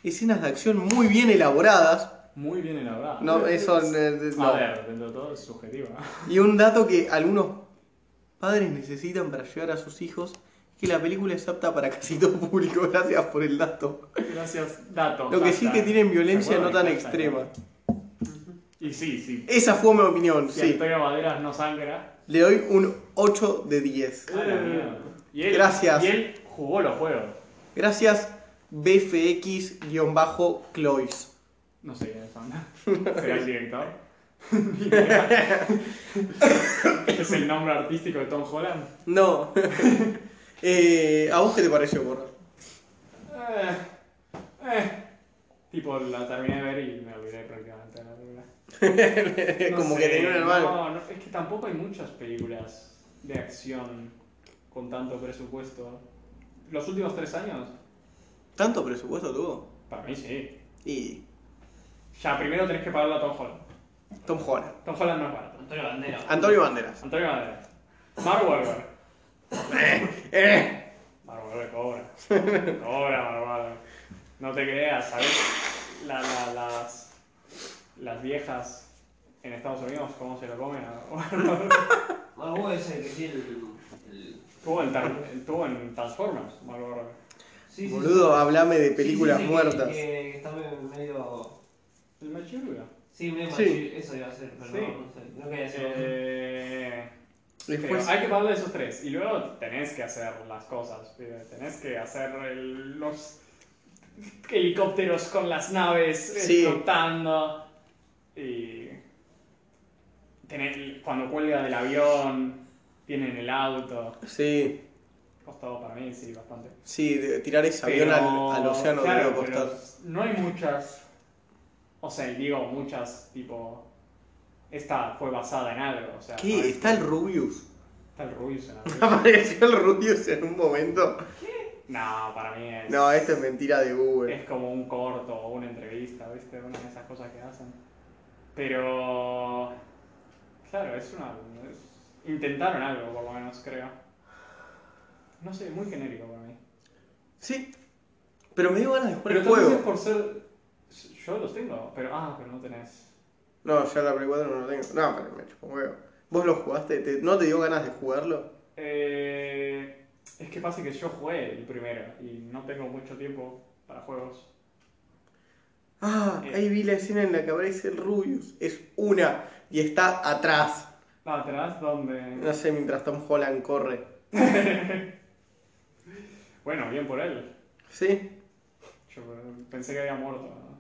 [SPEAKER 3] escenas de acción muy bien elaboradas.
[SPEAKER 2] Muy bien elaborado.
[SPEAKER 3] No, eso. eh, eh,
[SPEAKER 2] A
[SPEAKER 3] no.
[SPEAKER 2] ver, dentro de todo es subjetivo. ¿no?
[SPEAKER 3] Y un dato que algunos padres necesitan para llevar a sus hijos es que la película es apta para casi todo público. Gracias por el dato.
[SPEAKER 2] Gracias, datos.
[SPEAKER 3] Lo que sí
[SPEAKER 2] hashtag.
[SPEAKER 3] que tienen violencia
[SPEAKER 2] ¿Se
[SPEAKER 3] no
[SPEAKER 2] acuerdan
[SPEAKER 3] tan
[SPEAKER 2] del hashtag,
[SPEAKER 3] extrema.
[SPEAKER 2] no? Y sí, sí.
[SPEAKER 3] Esa fue mi opinión,
[SPEAKER 2] Si
[SPEAKER 3] sí.
[SPEAKER 2] Antonio Banderas no sangra.
[SPEAKER 3] Le doy un 8 de 10.
[SPEAKER 2] a la mierda. Y él,
[SPEAKER 3] Eh. Gracias.
[SPEAKER 2] Y él jugó los juegos.
[SPEAKER 3] Gracias, BFX-Clois.
[SPEAKER 2] No sé quiénes son. ¿Será el director? ¿Es el nombre artístico de Tom Holland?
[SPEAKER 3] No. Eh, ¿A vos qué te pareció, Borra?
[SPEAKER 2] Eh, eh. Tipo, la terminé de ver y me olvidé prácticamente de la película. No
[SPEAKER 3] Como
[SPEAKER 2] sé,
[SPEAKER 3] que tenía un hermano.
[SPEAKER 2] No, no, es que tampoco hay muchas películas de acción con tanto presupuesto. Los últimos tres años,
[SPEAKER 3] ¿Tanto presupuesto tuvo?
[SPEAKER 2] para mí sí.
[SPEAKER 3] Y
[SPEAKER 2] Ya, primero tenés que pagarlo a Tom Holland.
[SPEAKER 3] Tom Holland.
[SPEAKER 2] Tom Holland no es barato.
[SPEAKER 5] Antonio Bandera.
[SPEAKER 3] Antonio Banderas.
[SPEAKER 2] Antonio Banderas. Mark Wahlberg.
[SPEAKER 3] Eh,
[SPEAKER 2] Marvel cobra. Cobra, Marvel. No te creas, ¿sabes? La- la- las, las viejas en Estados Unidos, ¿cómo se lo comen?
[SPEAKER 4] Bueno, vos es el que tiene el. el-
[SPEAKER 2] Estuvo en, Tar- estuvo en Transformers, Marvel.
[SPEAKER 4] Sí, sí,
[SPEAKER 3] Boludo,
[SPEAKER 4] sí.
[SPEAKER 3] háblame de
[SPEAKER 4] Sí, sí,
[SPEAKER 3] películas
[SPEAKER 4] sí, que-
[SPEAKER 3] muertas.
[SPEAKER 4] Que, que está medio. medio-
[SPEAKER 2] El machiruga.
[SPEAKER 4] Sí, medio
[SPEAKER 3] Sí.
[SPEAKER 4] machi- Eso iba a ser, pero
[SPEAKER 2] Sí.
[SPEAKER 4] no, no sé. No quería decir.
[SPEAKER 2] Eh, pero
[SPEAKER 3] Después,
[SPEAKER 2] hay que pagarle esos tres. Y luego tenés que hacer las cosas. pibe. Tenés que hacer el- los eh, helicópteros con las naves
[SPEAKER 3] Sí.
[SPEAKER 2] explotando. Y. tener- cuando cuelga del avión, tiene en el auto.
[SPEAKER 3] Sí,
[SPEAKER 2] Costado para mí, sí, bastante.
[SPEAKER 3] sí, de tirar ese avión
[SPEAKER 2] Pero-
[SPEAKER 3] al, al océano
[SPEAKER 2] claro,
[SPEAKER 3] debe
[SPEAKER 2] pero
[SPEAKER 3] costar.
[SPEAKER 2] No hay muchas. O sea, y digo muchas, tipo. Esta fue basada en algo, o sea. no
[SPEAKER 3] ¿Qué?
[SPEAKER 2] es-
[SPEAKER 3] ¿Está el Rubius?
[SPEAKER 2] Está el Rubius en algo.
[SPEAKER 3] Apareció el Rubius en un momento.
[SPEAKER 2] no, para mí es.
[SPEAKER 3] No, esto es mentira de Google.
[SPEAKER 2] Es como un corto o una entrevista, ¿viste? Una de esas cosas que hacen. Pero. Claro, es una. es- Intentaron algo, por lo menos, creo. No sé, muy genérico para mí.
[SPEAKER 3] Sí, pero me dio ganas de jugar
[SPEAKER 2] Pero
[SPEAKER 3] el
[SPEAKER 2] tal vez
[SPEAKER 3] juego.
[SPEAKER 2] es por ser. Yo los tengo, pero. Ah, pero no tenés.
[SPEAKER 3] No, ya la Play 4 no lo tengo. No, pero me chupo un huevo. ¿Vos lo jugaste? ¿Te- ¿No te dio ganas de jugarlo?
[SPEAKER 2] Eh, es que pasa que yo jugué el primero y no tengo mucho tiempo para juegos.
[SPEAKER 3] Ah,
[SPEAKER 2] Eh.
[SPEAKER 3] ahí vi la escena en la que aparece el Rubius. Es una y está atrás.
[SPEAKER 2] No, atrás donde.
[SPEAKER 3] No sé, mientras Tom Holland corre.
[SPEAKER 2] Bueno, bien por él.
[SPEAKER 3] ¿Sí?
[SPEAKER 2] Yo pensé que había muerto. ¿no?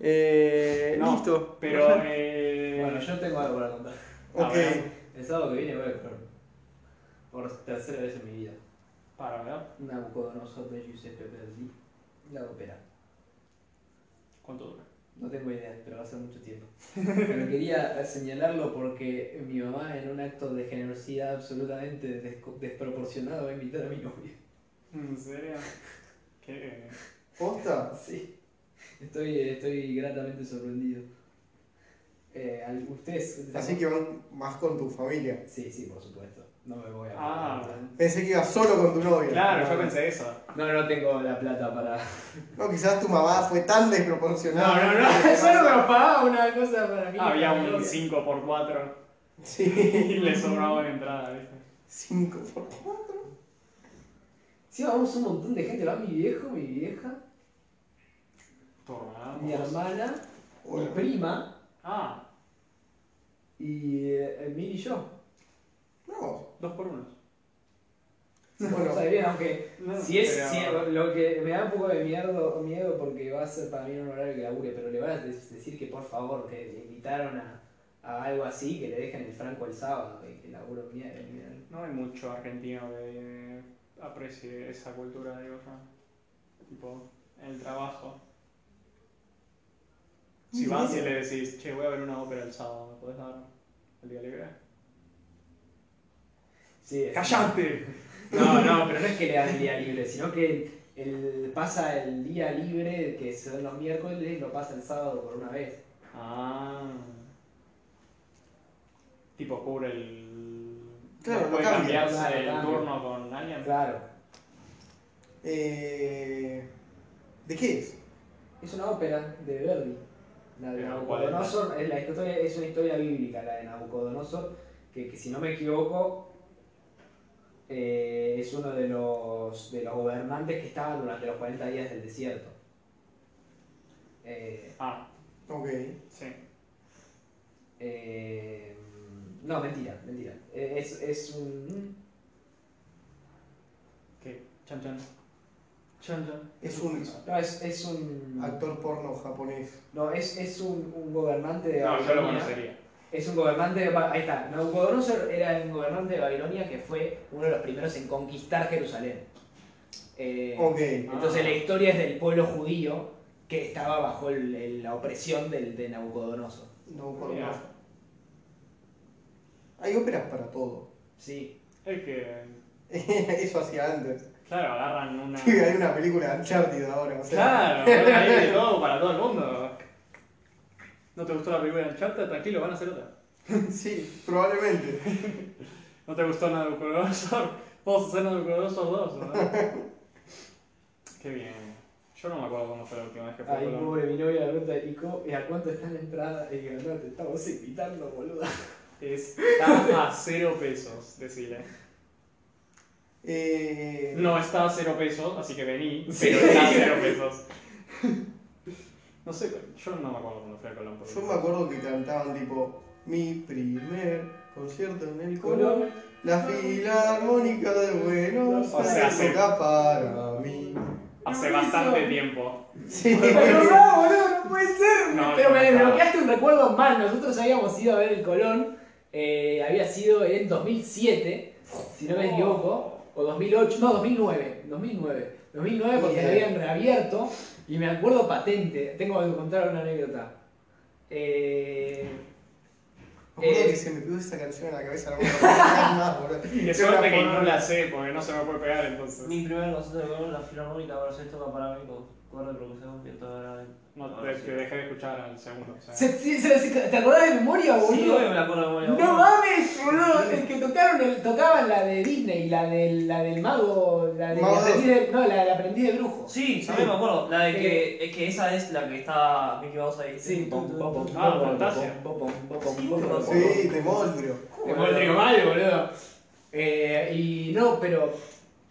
[SPEAKER 3] Eh,
[SPEAKER 2] No,
[SPEAKER 3] Listo.
[SPEAKER 2] Pero. Eh...
[SPEAKER 5] Bueno, yo tengo algo para contar.
[SPEAKER 2] a
[SPEAKER 3] Ok.
[SPEAKER 2] ver,
[SPEAKER 5] El sábado que viene voy a correr. Por tercera vez en mi vida.
[SPEAKER 2] Para ver.
[SPEAKER 5] Nabucodonosor de Giuseppe Verdi. La ópera.
[SPEAKER 2] ¿Cuánto dura?
[SPEAKER 5] No tengo idea, pero hace mucho tiempo. Pero quería señalarlo porque mi mamá, en un acto de generosidad absolutamente desco- desproporcionado, va a invitar a mi novia.
[SPEAKER 2] Mm, ¿En serio? ¿Qué?
[SPEAKER 8] ¿Posta?
[SPEAKER 5] Sí. Estoy, estoy gratamente sorprendido. Eh, al- ustedes.
[SPEAKER 8] Así que van más con tu familia.
[SPEAKER 5] Sí, sí, por supuesto. No me voy a.
[SPEAKER 2] Ah,
[SPEAKER 8] Pensé que ibas solo con tu novia.
[SPEAKER 2] claro, yo pensé eso.
[SPEAKER 5] No, no tengo la plata para.
[SPEAKER 8] No, quizás tu mamá fue tan desproporcionada.
[SPEAKER 5] Solo me lo pagaba una cosa para mí.
[SPEAKER 2] Había
[SPEAKER 5] para mi
[SPEAKER 2] un
[SPEAKER 5] novia.
[SPEAKER 2] 5x4
[SPEAKER 8] Sí,
[SPEAKER 2] y le sobraba una entrada, ¿viste?
[SPEAKER 8] 5 por
[SPEAKER 5] Sí, vamos un montón de gente. Va mi viejo, mi vieja, mi
[SPEAKER 2] Tornado.
[SPEAKER 5] hermana, mi prima
[SPEAKER 2] Ah,
[SPEAKER 5] y eh, Emil y yo.
[SPEAKER 8] No.
[SPEAKER 2] dos por uno.
[SPEAKER 5] Bueno,
[SPEAKER 8] Bueno,
[SPEAKER 5] bien, aunque
[SPEAKER 2] No,
[SPEAKER 5] si es,
[SPEAKER 2] pero-
[SPEAKER 5] si es- lo que me da un poco de miedo, miedo porque va a ser para mí en un horario que labure, pero le vas a des- decir que por favor, que le invitaron a, a algo así, que le dejen el franco el sábado y que laburo mierda. mierda.
[SPEAKER 2] No hay mucho argentino que eh, aprecie esa cultura, digo yo. Tipo, el trabajo. Si vas y le decís, che, voy a ver una ópera el sábado, ¿me podés dar el día libre?
[SPEAKER 5] Sí, es-
[SPEAKER 2] ¡Cállate!
[SPEAKER 5] No, no, pero no es que le dan el día libre, sino que el- pasa el día libre que son los miércoles, lo pasa el sábado por una vez.
[SPEAKER 2] Ah. Tipo, cubre el.
[SPEAKER 8] Claro,
[SPEAKER 2] ¿No
[SPEAKER 8] lo
[SPEAKER 2] puede
[SPEAKER 8] cambia,
[SPEAKER 2] cambiarse
[SPEAKER 5] claro,
[SPEAKER 2] el
[SPEAKER 5] cambia.
[SPEAKER 2] turno con alguien.
[SPEAKER 5] Claro,
[SPEAKER 8] eh, ¿de qué es?
[SPEAKER 5] es una ópera de Verdi. La de
[SPEAKER 2] Pero,
[SPEAKER 5] Nabucodonosor, es, la historia, es una historia bíblica, la de Nabucodonosor, que, que si no me equivoco, eh, es uno de los, de los gobernantes que estaban durante los 40 días del desierto. Eh,
[SPEAKER 2] Ah,
[SPEAKER 8] Ok.
[SPEAKER 2] sí.
[SPEAKER 5] Eh, no, mentira, mentira. Eh, Es, es un.
[SPEAKER 2] ¿Qué? Chan chan. Chan chan.
[SPEAKER 8] Es un
[SPEAKER 5] No, es, es un.
[SPEAKER 8] actor porno japonés.
[SPEAKER 5] No, es, es un, un gobernante de
[SPEAKER 2] No,
[SPEAKER 5] Babilonia.
[SPEAKER 2] yo lo conocería.
[SPEAKER 5] Es un gobernante de. Ba- Ahí está. Nabucodonosor era un gobernante de Babilonia que fue uno de los primeros en conquistar Jerusalén. Eh,
[SPEAKER 8] Ok.
[SPEAKER 5] Entonces la historia es del pueblo judío que estaba bajo el- el- la opresión del, de Nabucodonosor.
[SPEAKER 8] No, por
[SPEAKER 2] Mira.
[SPEAKER 8] más. Hay óperas para todo.
[SPEAKER 5] Sí.
[SPEAKER 2] Es que.
[SPEAKER 8] Eso hacía antes.
[SPEAKER 2] Claro, agarran una.
[SPEAKER 8] Hay una película de Uncharted ahora. O sea,
[SPEAKER 2] Claro, bueno, hay de todo para todo el mundo. ¿No te gustó la película del chat? Tranquilo, van a hacer otra.
[SPEAKER 8] sí, probablemente.
[SPEAKER 2] ¿No te gustó Nabucodonosor? Vamos a hacer Nabucodonosor 2, ¿no? Qué bien. Yo no me acuerdo cuándo fue la última vez que fue
[SPEAKER 5] Ay,
[SPEAKER 2] Colón.
[SPEAKER 5] pobre, mi novia pregunta, ¿y, cómo- y a cuánto está la entrada? Y digo, no, te estamos invitando, boludo.
[SPEAKER 2] Está a cero pesos, decirle.
[SPEAKER 8] Eh,
[SPEAKER 2] No está a cero pesos, así que vení, pero está a cero pesos. No sé, yo no me acuerdo cuando fui a Colón. por
[SPEAKER 8] Yo me acuerdo que cantaban tipo mi primer concierto en el Colón,
[SPEAKER 5] Colón.
[SPEAKER 8] la filarmónica de Buenos
[SPEAKER 2] O sea,
[SPEAKER 8] Aires
[SPEAKER 2] sí.
[SPEAKER 8] toca para mí.
[SPEAKER 2] Hace bastante tiempo.
[SPEAKER 8] Sí.
[SPEAKER 5] Pero no, boludo, no puede ser.
[SPEAKER 2] No,
[SPEAKER 5] Pero
[SPEAKER 2] no,
[SPEAKER 5] me
[SPEAKER 2] no.
[SPEAKER 5] desbloqueaste un recuerdo mal. Nosotros habíamos ido a ver el Colón eh, había sido en 2007, si no me equivoco, o 2008, no, 2009, 2009. 2009 porque la habían reabierto y me acuerdo patente, tengo que contar una anécdota. Eh,
[SPEAKER 8] Me acuerdo
[SPEAKER 5] Eh.
[SPEAKER 8] que se me puso esa canción en la cabeza, no me acuerdo más, boludo.
[SPEAKER 2] Y es
[SPEAKER 8] Tengo una
[SPEAKER 2] suerte que
[SPEAKER 8] forma-
[SPEAKER 2] no la sé, porque no se me puede pegar entonces.
[SPEAKER 4] Mi primer concierto de la Filarmónica ahora se toca para mí con cuerda de percusión, viento de grave.
[SPEAKER 2] No,
[SPEAKER 4] Ahora
[SPEAKER 2] te,
[SPEAKER 4] sí.
[SPEAKER 2] te dejé de escuchar al segundo. o sea.
[SPEAKER 5] ¿se, se- se- se- te acordás de memoria, boludo?
[SPEAKER 4] Sí, obvio me la acuerdo de memoria.
[SPEAKER 5] No
[SPEAKER 4] boludo.
[SPEAKER 5] mames, boludo. El que tocaron, el, tocaban la de Disney, la del, la del mago, la del
[SPEAKER 8] Mago
[SPEAKER 5] aprendiz de, no, la del aprendiz de brujo.
[SPEAKER 4] Sí, Eh. también me acuerdo. La de que, es que esa es la que está Mickey Mouse ahí.
[SPEAKER 2] Ah, Fantasia.
[SPEAKER 8] Sí, de Moldrio.
[SPEAKER 5] De Rodrigo Mayo, boludo. Eh, y no, pero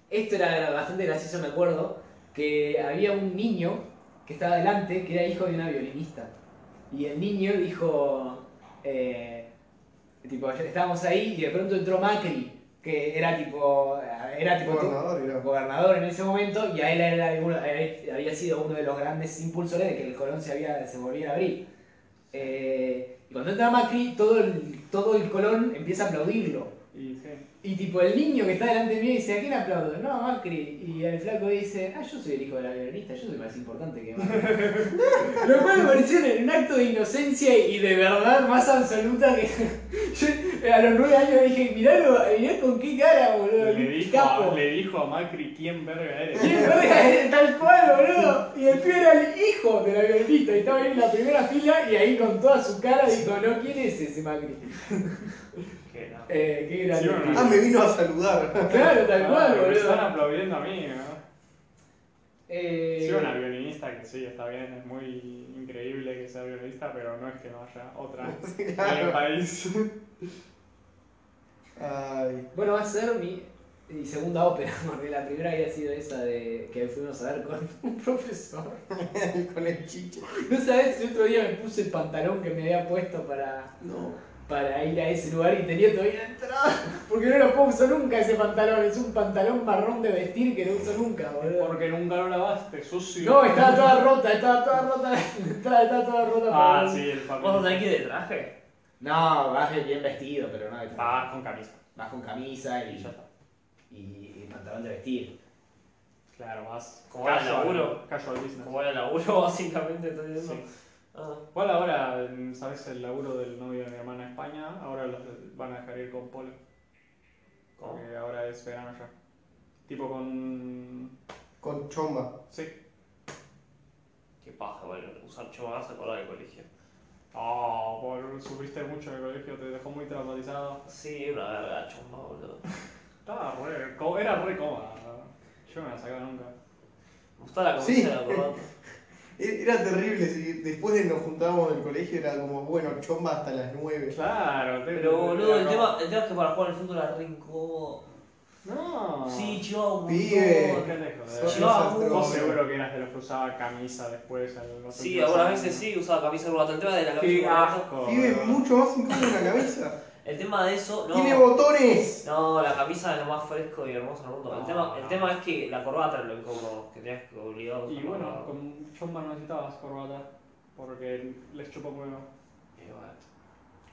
[SPEAKER 5] esto era bastante gracioso, me acuerdo, que había un niño que estaba adelante, que era hijo de una violinista. Y el niño dijo, eh, tipo, estábamos ahí y de pronto entró Macri, que era tipo, era tipo
[SPEAKER 8] Gobernador,
[SPEAKER 5] el
[SPEAKER 8] mirá.
[SPEAKER 5] gobernador en ese momento y a él era uno- eh, había sido uno de los grandes impulsores de que el Colón se, había, se volviera a abrir. Eh, y cuando entra Macri, todo el, todo el Colón empieza a aplaudirlo.
[SPEAKER 2] Y sí.
[SPEAKER 5] Y tipo, el niño que está delante mío dice, ¿a quién aplaudo? No, a Macri. Y el flaco dice, ah, yo soy el hijo de la violinista, yo soy más importante que Macri. Lo cual me pareció en un acto de inocencia y de verdad más absoluta que... Yo a los nueve años dije, mirá, lo- mirá con qué cara, boludo.
[SPEAKER 2] Le
[SPEAKER 5] qué
[SPEAKER 2] dijo,
[SPEAKER 5] capo".
[SPEAKER 2] a, le dijo a Macri quién verga eres. Ah,
[SPEAKER 5] Y el verga era Tal cual, boludo. Y el pibe era el hijo de la violinista. Y estaba ahí en la primera fila y ahí con toda su cara dijo, no, ¿quién es ese Macri?
[SPEAKER 2] Que no.
[SPEAKER 5] Eh, qué grande.
[SPEAKER 2] Sí, bueno.
[SPEAKER 8] Ah, me vino a saludar.
[SPEAKER 5] Claro, tal cual,
[SPEAKER 2] Ah, me están
[SPEAKER 5] boludo.
[SPEAKER 2] aplaudiendo a mí, ¿no?
[SPEAKER 5] Eh,
[SPEAKER 2] Sí, una violinista que sí, está bien, es muy increíble que sea violinista, pero no es que no haya otra en el
[SPEAKER 8] Claro.
[SPEAKER 2] país.
[SPEAKER 8] Ay.
[SPEAKER 5] Bueno, va a ser mi, mi segunda ópera, porque la primera había sido esa de que fuimos a ver con un profesor.
[SPEAKER 8] Con el chiche.
[SPEAKER 5] No sabes, el otro día me puse el pantalón que me había puesto para,
[SPEAKER 8] No.
[SPEAKER 5] para ir a ese lugar y tenía todavía la entrada. Porque no lo puedo usar nunca ese pantalón, es un pantalón marrón de vestir que no uso nunca, boludo.
[SPEAKER 2] Porque nunca lo lavaste, sucio.
[SPEAKER 5] No, estaba toda rota, estaba toda rota, la entrada estaba toda rota.
[SPEAKER 2] Ah,
[SPEAKER 5] pero-
[SPEAKER 2] sí, el
[SPEAKER 4] ¿Vos no tenés que
[SPEAKER 2] papel.
[SPEAKER 4] ir de traje?
[SPEAKER 5] No, vas bien vestido, pero no, vas,
[SPEAKER 2] Ah, con camisa.
[SPEAKER 5] vas con camisa
[SPEAKER 2] Y
[SPEAKER 5] y,
[SPEAKER 2] ya está.
[SPEAKER 5] y, y pantalón de vestir.
[SPEAKER 2] Claro, vas
[SPEAKER 4] Como era laburo.
[SPEAKER 2] casual business.
[SPEAKER 4] Como era el laburo, básicamente, entonces eso.
[SPEAKER 2] Sí.
[SPEAKER 4] Ah.
[SPEAKER 2] Igual ahora, mm, sabes el laburo del novio de mi hermana en España, ahora los van a dejar ir con polo.
[SPEAKER 4] ¿Cómo?
[SPEAKER 2] Porque ahora es verano ya. Tipo con...
[SPEAKER 8] Con chomba.
[SPEAKER 2] Sí.
[SPEAKER 4] Qué paja, bueno, usar chomás a colar del colegio.
[SPEAKER 2] Oh, por, sufriste mucho en el colegio, te dejó muy traumatizado.
[SPEAKER 4] Sí, una verga chomba, boludo.
[SPEAKER 2] Estaba re, co- era re cómoda. Yo no me la sacaba nunca.
[SPEAKER 4] Me gustaba la camisa
[SPEAKER 8] Sí.
[SPEAKER 4] de la corbata.
[SPEAKER 8] E- Era terrible, si después de que nos juntábamos en el colegio era como, bueno, chomba hasta las 9.
[SPEAKER 2] Claro, te-
[SPEAKER 4] Pero boludo,
[SPEAKER 2] era
[SPEAKER 4] el
[SPEAKER 2] como-
[SPEAKER 4] tema, el tema es que para jugar al fútbol era re incómodo.
[SPEAKER 2] No.
[SPEAKER 4] Sí, chivaba un
[SPEAKER 8] Pibe.
[SPEAKER 2] ¿Por qué
[SPEAKER 4] montón.
[SPEAKER 2] te joder?
[SPEAKER 8] Sos
[SPEAKER 4] Sí, Llevaba
[SPEAKER 8] desastroso.
[SPEAKER 2] Vos seguro que eras de los que usaba camisa después. al- los
[SPEAKER 4] Sí,
[SPEAKER 2] últimos
[SPEAKER 4] algunas
[SPEAKER 2] años.
[SPEAKER 4] veces sí, usaba camisa de corbata. El tema de la camisa de
[SPEAKER 2] Qué
[SPEAKER 4] corbata.
[SPEAKER 2] asco.
[SPEAKER 8] Vive
[SPEAKER 2] boludo.
[SPEAKER 8] mucho más incómodo en la cabeza.
[SPEAKER 4] El tema de eso, no.
[SPEAKER 8] Tiene botones.
[SPEAKER 4] No, la camisa es lo más fresco y hermoso del mundo. El,
[SPEAKER 2] No,
[SPEAKER 4] tema, el
[SPEAKER 2] no.
[SPEAKER 4] tema es que la corbata era lo incómodo, que tenías que obligar a
[SPEAKER 2] Y
[SPEAKER 4] usar
[SPEAKER 2] bueno,
[SPEAKER 4] corbata.
[SPEAKER 2] con chomba no necesitabas corbata porque les chupa un huevo.
[SPEAKER 4] Y bueno.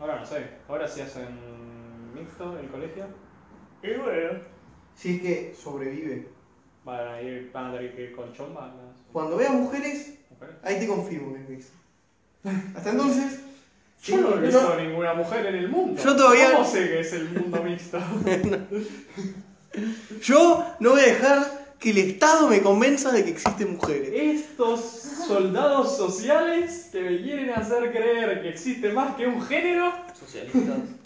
[SPEAKER 2] Ahora no sé, ahora sí hacen mixto el colegio.
[SPEAKER 4] Y bueno.
[SPEAKER 8] Si es que sobrevive.
[SPEAKER 2] Van a, ir, van a tener que ir con chomba las
[SPEAKER 8] Cuando veas mujeres,
[SPEAKER 2] mujeres.
[SPEAKER 8] ahí te confirmo que es mixto. Hasta entonces,
[SPEAKER 2] Yo no he visto a ninguna mujer en el mundo.
[SPEAKER 3] Yo todavía-
[SPEAKER 2] ¿Cómo sé que es el mundo mixto?
[SPEAKER 3] Yo no voy a dejar que el Estado me convenza de que existen mujeres.
[SPEAKER 2] Estos soldados sociales que me quieren hacer creer que existe más que un género
[SPEAKER 4] Socialistas.